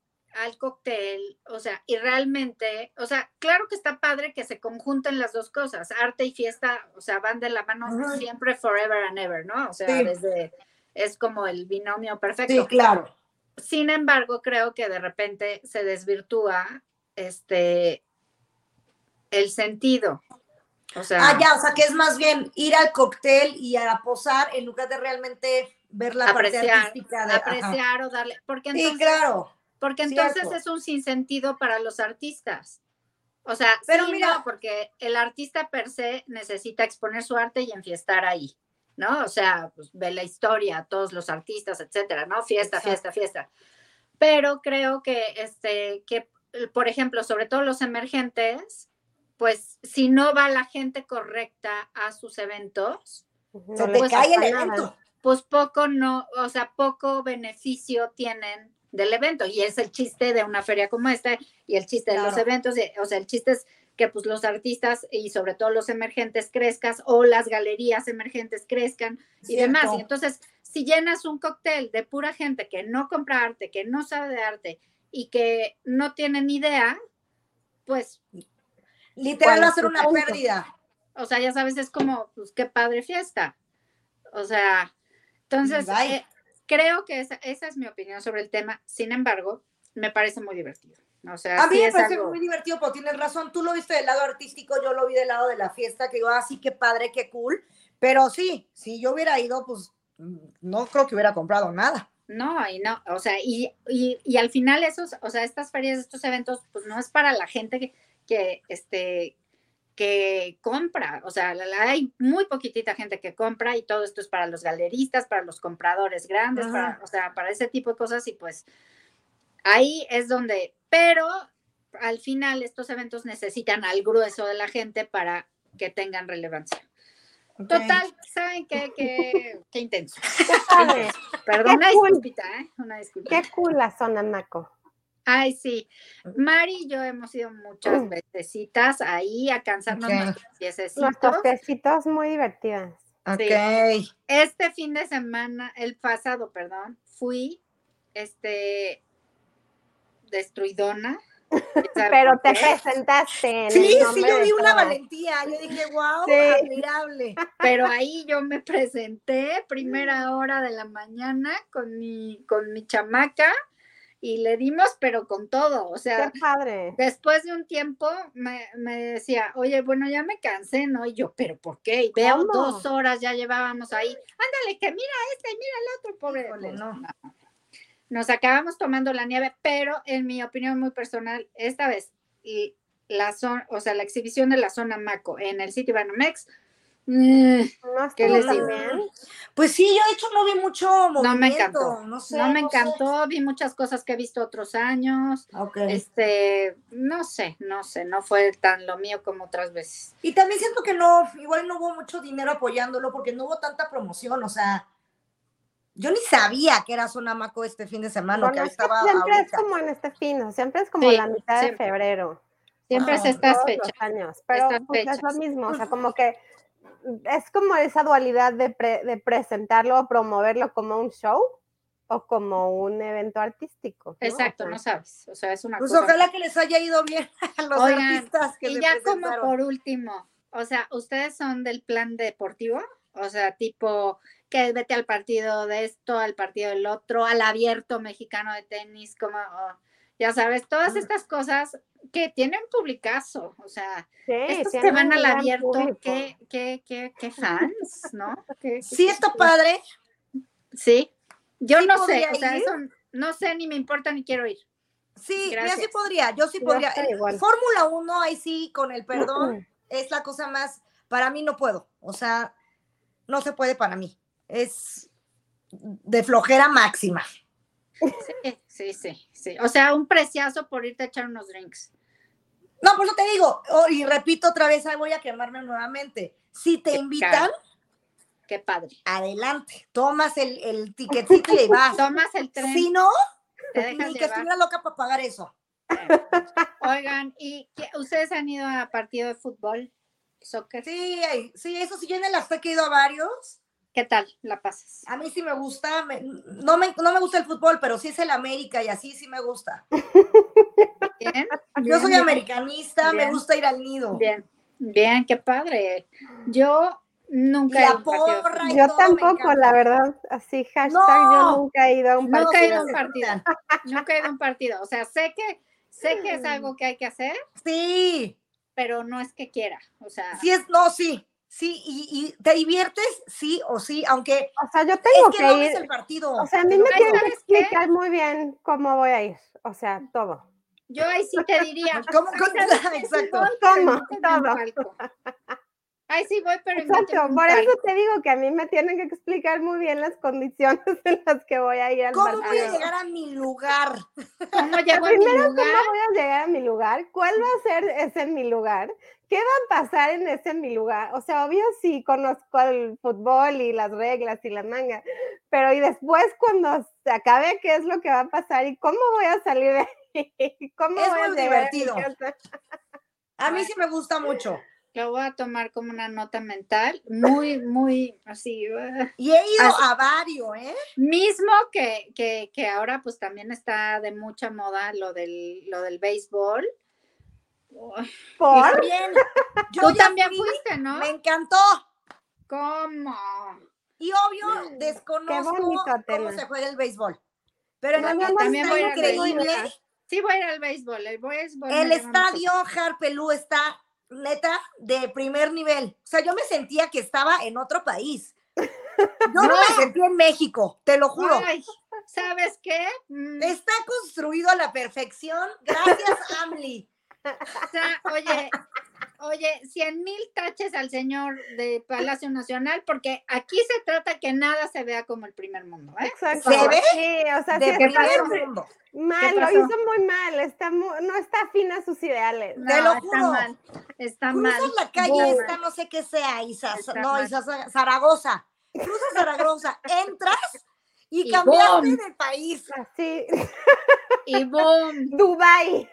[SPEAKER 1] al cóctel, o sea, y realmente, o sea, claro que está padre que se conjunten las dos cosas, arte y fiesta, o sea, van de la mano
[SPEAKER 2] Ajá.
[SPEAKER 1] siempre, forever and ever, ¿no? O sea,
[SPEAKER 2] Sí.
[SPEAKER 1] desde, es como el binomio perfecto.
[SPEAKER 2] Sí, claro.
[SPEAKER 1] Sin embargo, creo que de repente se desvirtúa este, el sentido. O sea,
[SPEAKER 2] Ah, ya, o sea que es más bien ir al cóctel y a posar en lugar de realmente ver la parte
[SPEAKER 1] Apreciar,
[SPEAKER 2] artística de ajá.
[SPEAKER 1] apreciar o darle, porque entonces
[SPEAKER 2] Sí, claro.
[SPEAKER 1] Porque entonces
[SPEAKER 2] Cierto.
[SPEAKER 1] es un sinsentido para los artistas. O sea,
[SPEAKER 2] Pero
[SPEAKER 1] sí,
[SPEAKER 2] mira-
[SPEAKER 1] no, porque el artista per se necesita exponer su arte y enfiestar ahí, ¿no? O sea, pues, ve la historia, todos los artistas, etcétera, ¿no? Fiesta,
[SPEAKER 2] Exacto.
[SPEAKER 1] fiesta, fiesta. Pero creo que, este, que, por ejemplo, sobre todo los emergentes, pues si no va la gente correcta a sus eventos,
[SPEAKER 3] Ujú,
[SPEAKER 2] Se
[SPEAKER 3] no
[SPEAKER 2] te
[SPEAKER 3] les
[SPEAKER 2] cae el
[SPEAKER 3] pasa nada.
[SPEAKER 2] evento.
[SPEAKER 1] pues poco no, o sea, poco beneficio tienen del evento. Y es el chiste de una feria como esta y el chiste de los
[SPEAKER 2] Claro.
[SPEAKER 1] eventos. y- O sea, el chiste es que pues los artistas y sobre todo los emergentes crezcas o las galerías emergentes crezcan y
[SPEAKER 2] Cierto.
[SPEAKER 1] demás. Y entonces, si llenas un cóctel de pura gente que no compra arte, que no sabe de arte y que no tiene ni idea, pues,
[SPEAKER 2] Literal va a ser
[SPEAKER 3] ¿Cuál es
[SPEAKER 2] una
[SPEAKER 3] tu punto?
[SPEAKER 2] pérdida.
[SPEAKER 1] o sea, ya sabes, es como, pues qué padre fiesta. O sea, entonces,
[SPEAKER 2] Bye.
[SPEAKER 1] eh, creo que esa, esa es mi opinión sobre el tema. Sin embargo, me parece muy divertido. O sea,
[SPEAKER 2] A mí
[SPEAKER 1] sí
[SPEAKER 2] me
[SPEAKER 1] es
[SPEAKER 2] parece
[SPEAKER 1] algo-
[SPEAKER 2] muy divertido, pero tienes razón. Tú lo viste del lado artístico, yo lo vi del lado de la fiesta, que digo, ah, sí, qué padre, qué cool. Pero sí, si yo hubiera ido, pues mm, no creo que hubiera comprado nada.
[SPEAKER 1] No, y no, o sea, y, y, y al final esos, o sea, estas ferias, estos eventos, pues no es para la gente que, que este, que compra, o sea, la- la- hay muy poquitita gente que compra y todo esto es para los galeristas, para los compradores grandes,
[SPEAKER 2] Ajá.
[SPEAKER 1] para, o sea, para ese tipo de cosas y pues ahí es donde, pero al final estos eventos necesitan al grueso de la gente para que tengan relevancia.
[SPEAKER 2] Ok.
[SPEAKER 1] Total, ¿saben qué? Qué, qué intenso.
[SPEAKER 3] Qué padre,
[SPEAKER 1] Perdón, una
[SPEAKER 3] cool.
[SPEAKER 1] disculpita, ¿eh? Una disculpita.
[SPEAKER 3] Qué cool la zona, Maco.
[SPEAKER 1] Ay, sí. Mari y yo hemos ido muchas
[SPEAKER 3] Mm.
[SPEAKER 1] vecesitas ahí a cansarnos
[SPEAKER 2] Ok.
[SPEAKER 1] nuestros piececitos.
[SPEAKER 3] Nuestros tecitos muy divertidas.
[SPEAKER 2] Ok.
[SPEAKER 1] Este fin de semana, el pasado, perdón, fui este destruidona. ¿Quién sabe
[SPEAKER 3] Pero
[SPEAKER 1] por
[SPEAKER 3] te
[SPEAKER 1] qué?
[SPEAKER 3] presentaste. en
[SPEAKER 2] Sí,
[SPEAKER 3] el
[SPEAKER 2] sí,
[SPEAKER 3] nombre
[SPEAKER 2] yo
[SPEAKER 3] de
[SPEAKER 2] vi una
[SPEAKER 3] todas.
[SPEAKER 2] valentía. Yo dije, wow,
[SPEAKER 3] Sí.
[SPEAKER 2] admirable.
[SPEAKER 1] Pero ahí yo me presenté
[SPEAKER 3] Mm.
[SPEAKER 1] primera hora de la mañana con mi, con mi chamaca y le dimos, pero con todo. O sea,
[SPEAKER 3] Qué padre.
[SPEAKER 1] Después de un tiempo me, me decía, oye, bueno, ya me cansé, ¿no? Y yo, ¿pero por qué? Y veo
[SPEAKER 3] ¿Cómo?
[SPEAKER 1] dos horas, ya llevábamos ahí. Ándale, que mira este, mira el otro, pobre.
[SPEAKER 2] Híjole,
[SPEAKER 1] Pues,
[SPEAKER 2] no.
[SPEAKER 1] no. Nos acabamos tomando la nieve, pero en mi opinión muy personal, esta vez, y la zona, o sea, la exhibición de la zona Maco en el City Banamex, mm,
[SPEAKER 3] No
[SPEAKER 1] ¿Qué
[SPEAKER 3] estuvo
[SPEAKER 1] les
[SPEAKER 3] tan
[SPEAKER 1] digo?
[SPEAKER 3] mal.
[SPEAKER 2] Pues sí, yo de hecho no vi mucho movimiento.
[SPEAKER 1] No me encantó.
[SPEAKER 2] No, sé,
[SPEAKER 1] no me
[SPEAKER 2] sé.
[SPEAKER 1] encantó, vi muchas cosas que he visto otros años,
[SPEAKER 2] Ok.
[SPEAKER 1] este, no sé, no sé, no fue tan lo mío como otras veces.
[SPEAKER 2] Y también siento que no, igual no hubo mucho dinero apoyándolo porque no hubo tanta promoción, o sea, yo ni sabía que era Zona Maco este fin de semana,
[SPEAKER 3] Bueno,
[SPEAKER 2] que
[SPEAKER 3] es que
[SPEAKER 2] estaba
[SPEAKER 3] siempre es
[SPEAKER 2] ahorita.
[SPEAKER 3] como en este fin, o siempre es como
[SPEAKER 1] Sí,
[SPEAKER 3] la mitad de
[SPEAKER 1] siempre.
[SPEAKER 3] febrero.
[SPEAKER 1] Siempre es
[SPEAKER 2] Ah,
[SPEAKER 1] estas
[SPEAKER 3] todos
[SPEAKER 1] fechas.
[SPEAKER 3] los años, pero
[SPEAKER 1] Estas
[SPEAKER 3] pues, es lo
[SPEAKER 1] fechas.
[SPEAKER 3] mismo, o sea, como que es como esa dualidad de, pre- de presentarlo o promoverlo como un show o como un evento artístico. ¿no? O
[SPEAKER 1] Exacto,
[SPEAKER 3] sea,
[SPEAKER 1] no sabes. O sea, es una
[SPEAKER 2] Pues
[SPEAKER 1] cosa.
[SPEAKER 2] ojalá que les haya ido bien a los
[SPEAKER 1] Oigan,
[SPEAKER 2] artistas que
[SPEAKER 1] y
[SPEAKER 2] se
[SPEAKER 1] ya como
[SPEAKER 2] presentaron.
[SPEAKER 1] por último, o sea, ustedes son del plan deportivo, o sea, tipo que vete al partido de esto, al partido del otro, al abierto mexicano de tenis, como o- ya sabes, todas
[SPEAKER 2] Mm.
[SPEAKER 1] estas cosas que tienen publicazo, o sea,
[SPEAKER 3] sí,
[SPEAKER 1] estos que
[SPEAKER 3] tienen
[SPEAKER 1] van
[SPEAKER 3] un
[SPEAKER 1] al
[SPEAKER 3] gran
[SPEAKER 1] abierto,
[SPEAKER 3] público.
[SPEAKER 1] qué, qué, qué, qué fans, ¿no? Qué-
[SPEAKER 2] Sí
[SPEAKER 1] qué-
[SPEAKER 2] está padre,
[SPEAKER 1] Sí. Yo
[SPEAKER 2] Sí
[SPEAKER 1] no sé,
[SPEAKER 2] podría
[SPEAKER 1] o sea,
[SPEAKER 2] ir.
[SPEAKER 1] eso no sé, ni me importa, ni quiero ir.
[SPEAKER 2] sí Sí, mira, sí podría, yo sí podría. Fórmula 1, ahí sí, con el
[SPEAKER 3] Mm.
[SPEAKER 2] perdón, es la cosa más, para mí no puedo, o sea, no se puede para mí, es de flojera máxima.
[SPEAKER 1] Sí, sí, sí, sí. O sea, un preciazo por irte a echar unos drinks.
[SPEAKER 2] No, por eso te digo, oh, y repito otra vez, ahí voy a quemarme nuevamente. Si te Qué invitan, caro.
[SPEAKER 1] Qué padre.
[SPEAKER 2] Adelante, tomas el, el tiquetito y vas.
[SPEAKER 1] Tomas el tren.
[SPEAKER 2] Si no, ni que llevar. estuviera loca para pagar eso.
[SPEAKER 1] Oigan, ¿y qué, ustedes han ido a partido de fútbol? ¿Soccer?
[SPEAKER 2] Sí, sí, eso sí, yo en el Azteca he ido a varios.
[SPEAKER 1] ¿Qué tal la pasas?
[SPEAKER 2] A mí sí me gusta, me, no, me, no me gusta el fútbol, pero sí es el América y así sí me gusta. Bien, yo soy Ah, bien, americanista, bien, me gusta ir al nido.
[SPEAKER 1] Bien, bien, qué padre. Yo nunca
[SPEAKER 2] la he porra
[SPEAKER 3] y Yo todo tampoco, la verdad. Así, hashtag, no, yo nunca he ido a un partido.
[SPEAKER 1] Nunca he ido a un partido. nunca he ido a un partido. O sea, sé que, sé que
[SPEAKER 2] Mm.
[SPEAKER 1] es algo que hay que hacer.
[SPEAKER 2] Sí.
[SPEAKER 1] Pero no es que quiera. O sea.
[SPEAKER 2] Sí es, no, sí. Sí, y, y te diviertes, sí o sí, aunque.
[SPEAKER 3] O sea, yo tengo
[SPEAKER 2] es
[SPEAKER 3] que, que
[SPEAKER 2] ir. No el partido.
[SPEAKER 3] O sea, a mí me tienen que explicar qué? muy bien cómo voy a ir. O sea, todo.
[SPEAKER 1] Yo ahí sí te diría.
[SPEAKER 2] ¿Cómo? Exacto.
[SPEAKER 3] ¿Cómo? Todo.
[SPEAKER 1] Ay, sí, voy, pero
[SPEAKER 3] Exacto, por eso te digo que a mí me tienen que explicar muy bien las condiciones en las que voy a ir al
[SPEAKER 2] ¿Cómo barrio? voy a llegar a mi lugar?
[SPEAKER 1] ¿Cómo llego a mi lugar?
[SPEAKER 3] ¿cómo voy a llegar a mi lugar? ¿Cuál va a ser ese en mi lugar? ¿Qué va a pasar en ese en mi lugar? O sea, obvio sí conozco el fútbol y las reglas y la manga, pero y después cuando se acabe, ¿qué es lo que va a pasar? ¿Y cómo voy a salir de ahí? ¿Cómo
[SPEAKER 2] es
[SPEAKER 3] voy
[SPEAKER 2] muy a divertido. A, a mí sí me gusta mucho
[SPEAKER 1] lo voy a tomar como una nota mental, muy, muy así. uh,
[SPEAKER 2] Y he ido así, a varios, ¿eh?
[SPEAKER 1] Mismo que, que, que, ahora pues también está de mucha moda lo del, lo del béisbol.
[SPEAKER 3] ¿Por?
[SPEAKER 2] También,
[SPEAKER 1] yo Tú también fui, fuiste, ¿no?
[SPEAKER 2] Me encantó.
[SPEAKER 1] ¿Cómo?
[SPEAKER 2] Y obvio, desconozco bonito, cómo se juega el béisbol. Pero
[SPEAKER 1] no,
[SPEAKER 2] el
[SPEAKER 1] no, también voy increíble. A sí, voy a ir al béisbol. El, béisbol
[SPEAKER 2] el estadio Harpelú está neta, de primer nivel. O sea, yo me sentía que estaba en otro país. Yo no, no me sentía en México, te lo juro. Ay,
[SPEAKER 1] ¿Sabes qué? Mm,
[SPEAKER 2] Está construido a la perfección. Gracias, Amli.
[SPEAKER 1] O sea, oye, oye, cien mil taches al señor de Palacio Nacional, porque aquí se trata que nada se vea como el primer mundo, ¿eh?
[SPEAKER 2] Exacto. ¿Se ve?
[SPEAKER 3] Sí, o sea, de sí,
[SPEAKER 2] primer mundo.
[SPEAKER 3] Mal, lo hizo muy mal, está muy, no está afín a sus ideales.
[SPEAKER 2] No, Te lo juro.
[SPEAKER 1] Está mal, está mal.
[SPEAKER 2] la calle muy esta, mal. no sé qué sea, Isa, no, Isa, Zaragoza. Cruza Zaragoza, entras y, y cambiaste boom. de país.
[SPEAKER 3] Así.
[SPEAKER 1] Y boom.
[SPEAKER 3] Dubai.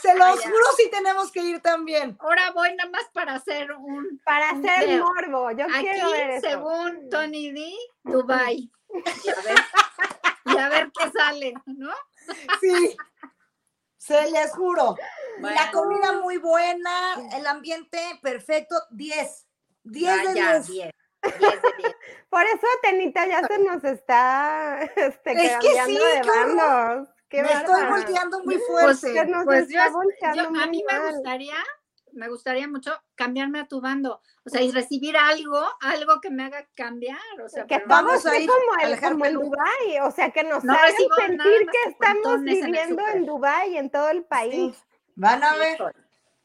[SPEAKER 2] Se los Allá. juro si tenemos que ir también.
[SPEAKER 1] Ahora voy nada más para hacer un
[SPEAKER 3] para hacer un morbo. Yo
[SPEAKER 1] Aquí,
[SPEAKER 3] quiero ver eso.
[SPEAKER 1] según Tony D, Dubai. Y a ver, y a ver qué sale, ¿no?
[SPEAKER 2] Sí. Se les juro. Bueno. La comida muy buena, el ambiente perfecto, 10. 10 de 10.
[SPEAKER 1] 10. 10 de 10.
[SPEAKER 3] Por eso, Tenita, ya se nos está este,
[SPEAKER 2] es que sí,
[SPEAKER 3] de
[SPEAKER 2] claro.
[SPEAKER 3] bandos.
[SPEAKER 2] Qué me barba. estoy volteando muy fuerte.
[SPEAKER 1] Pues, pues yo, yo, muy a mí mal. me gustaría, me gustaría mucho cambiarme a tu bando, o sea, y recibir algo, algo que me haga cambiar, o sea,
[SPEAKER 3] que vamos a ir como el, como el Dubai, o sea, que nos no hagan sentir que estamos viviendo en, en, Dubai, en todo el país.
[SPEAKER 2] Sí. Van a ver.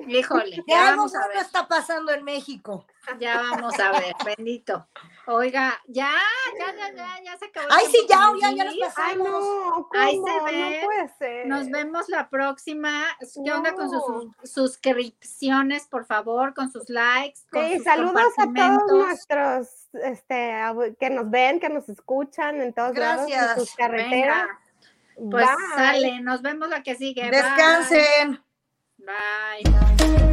[SPEAKER 1] Híjole,
[SPEAKER 2] ya, ya vamos a ver. está pasando en México.
[SPEAKER 1] Ya vamos a ver, bendito. Oiga, ya, ya, ya, ya, ya se acabó.
[SPEAKER 2] Ay, sí, ya, ya, ya nos pasamos.
[SPEAKER 3] Ay, no, Ay, se ve. No puede ser.
[SPEAKER 1] Nos vemos la próxima. ¿Qué no. onda con sus, sus suscripciones, por favor, con sus likes? Con
[SPEAKER 3] sí,
[SPEAKER 1] sus
[SPEAKER 3] saludos a todos nuestros este, que nos ven, que nos escuchan en todos
[SPEAKER 2] Gracias.
[SPEAKER 3] lados, en sus carreteras.
[SPEAKER 1] pues, Venga. Pues Bye. sale, nos vemos la que sigue.
[SPEAKER 2] Descansen.
[SPEAKER 1] Bye. Bye.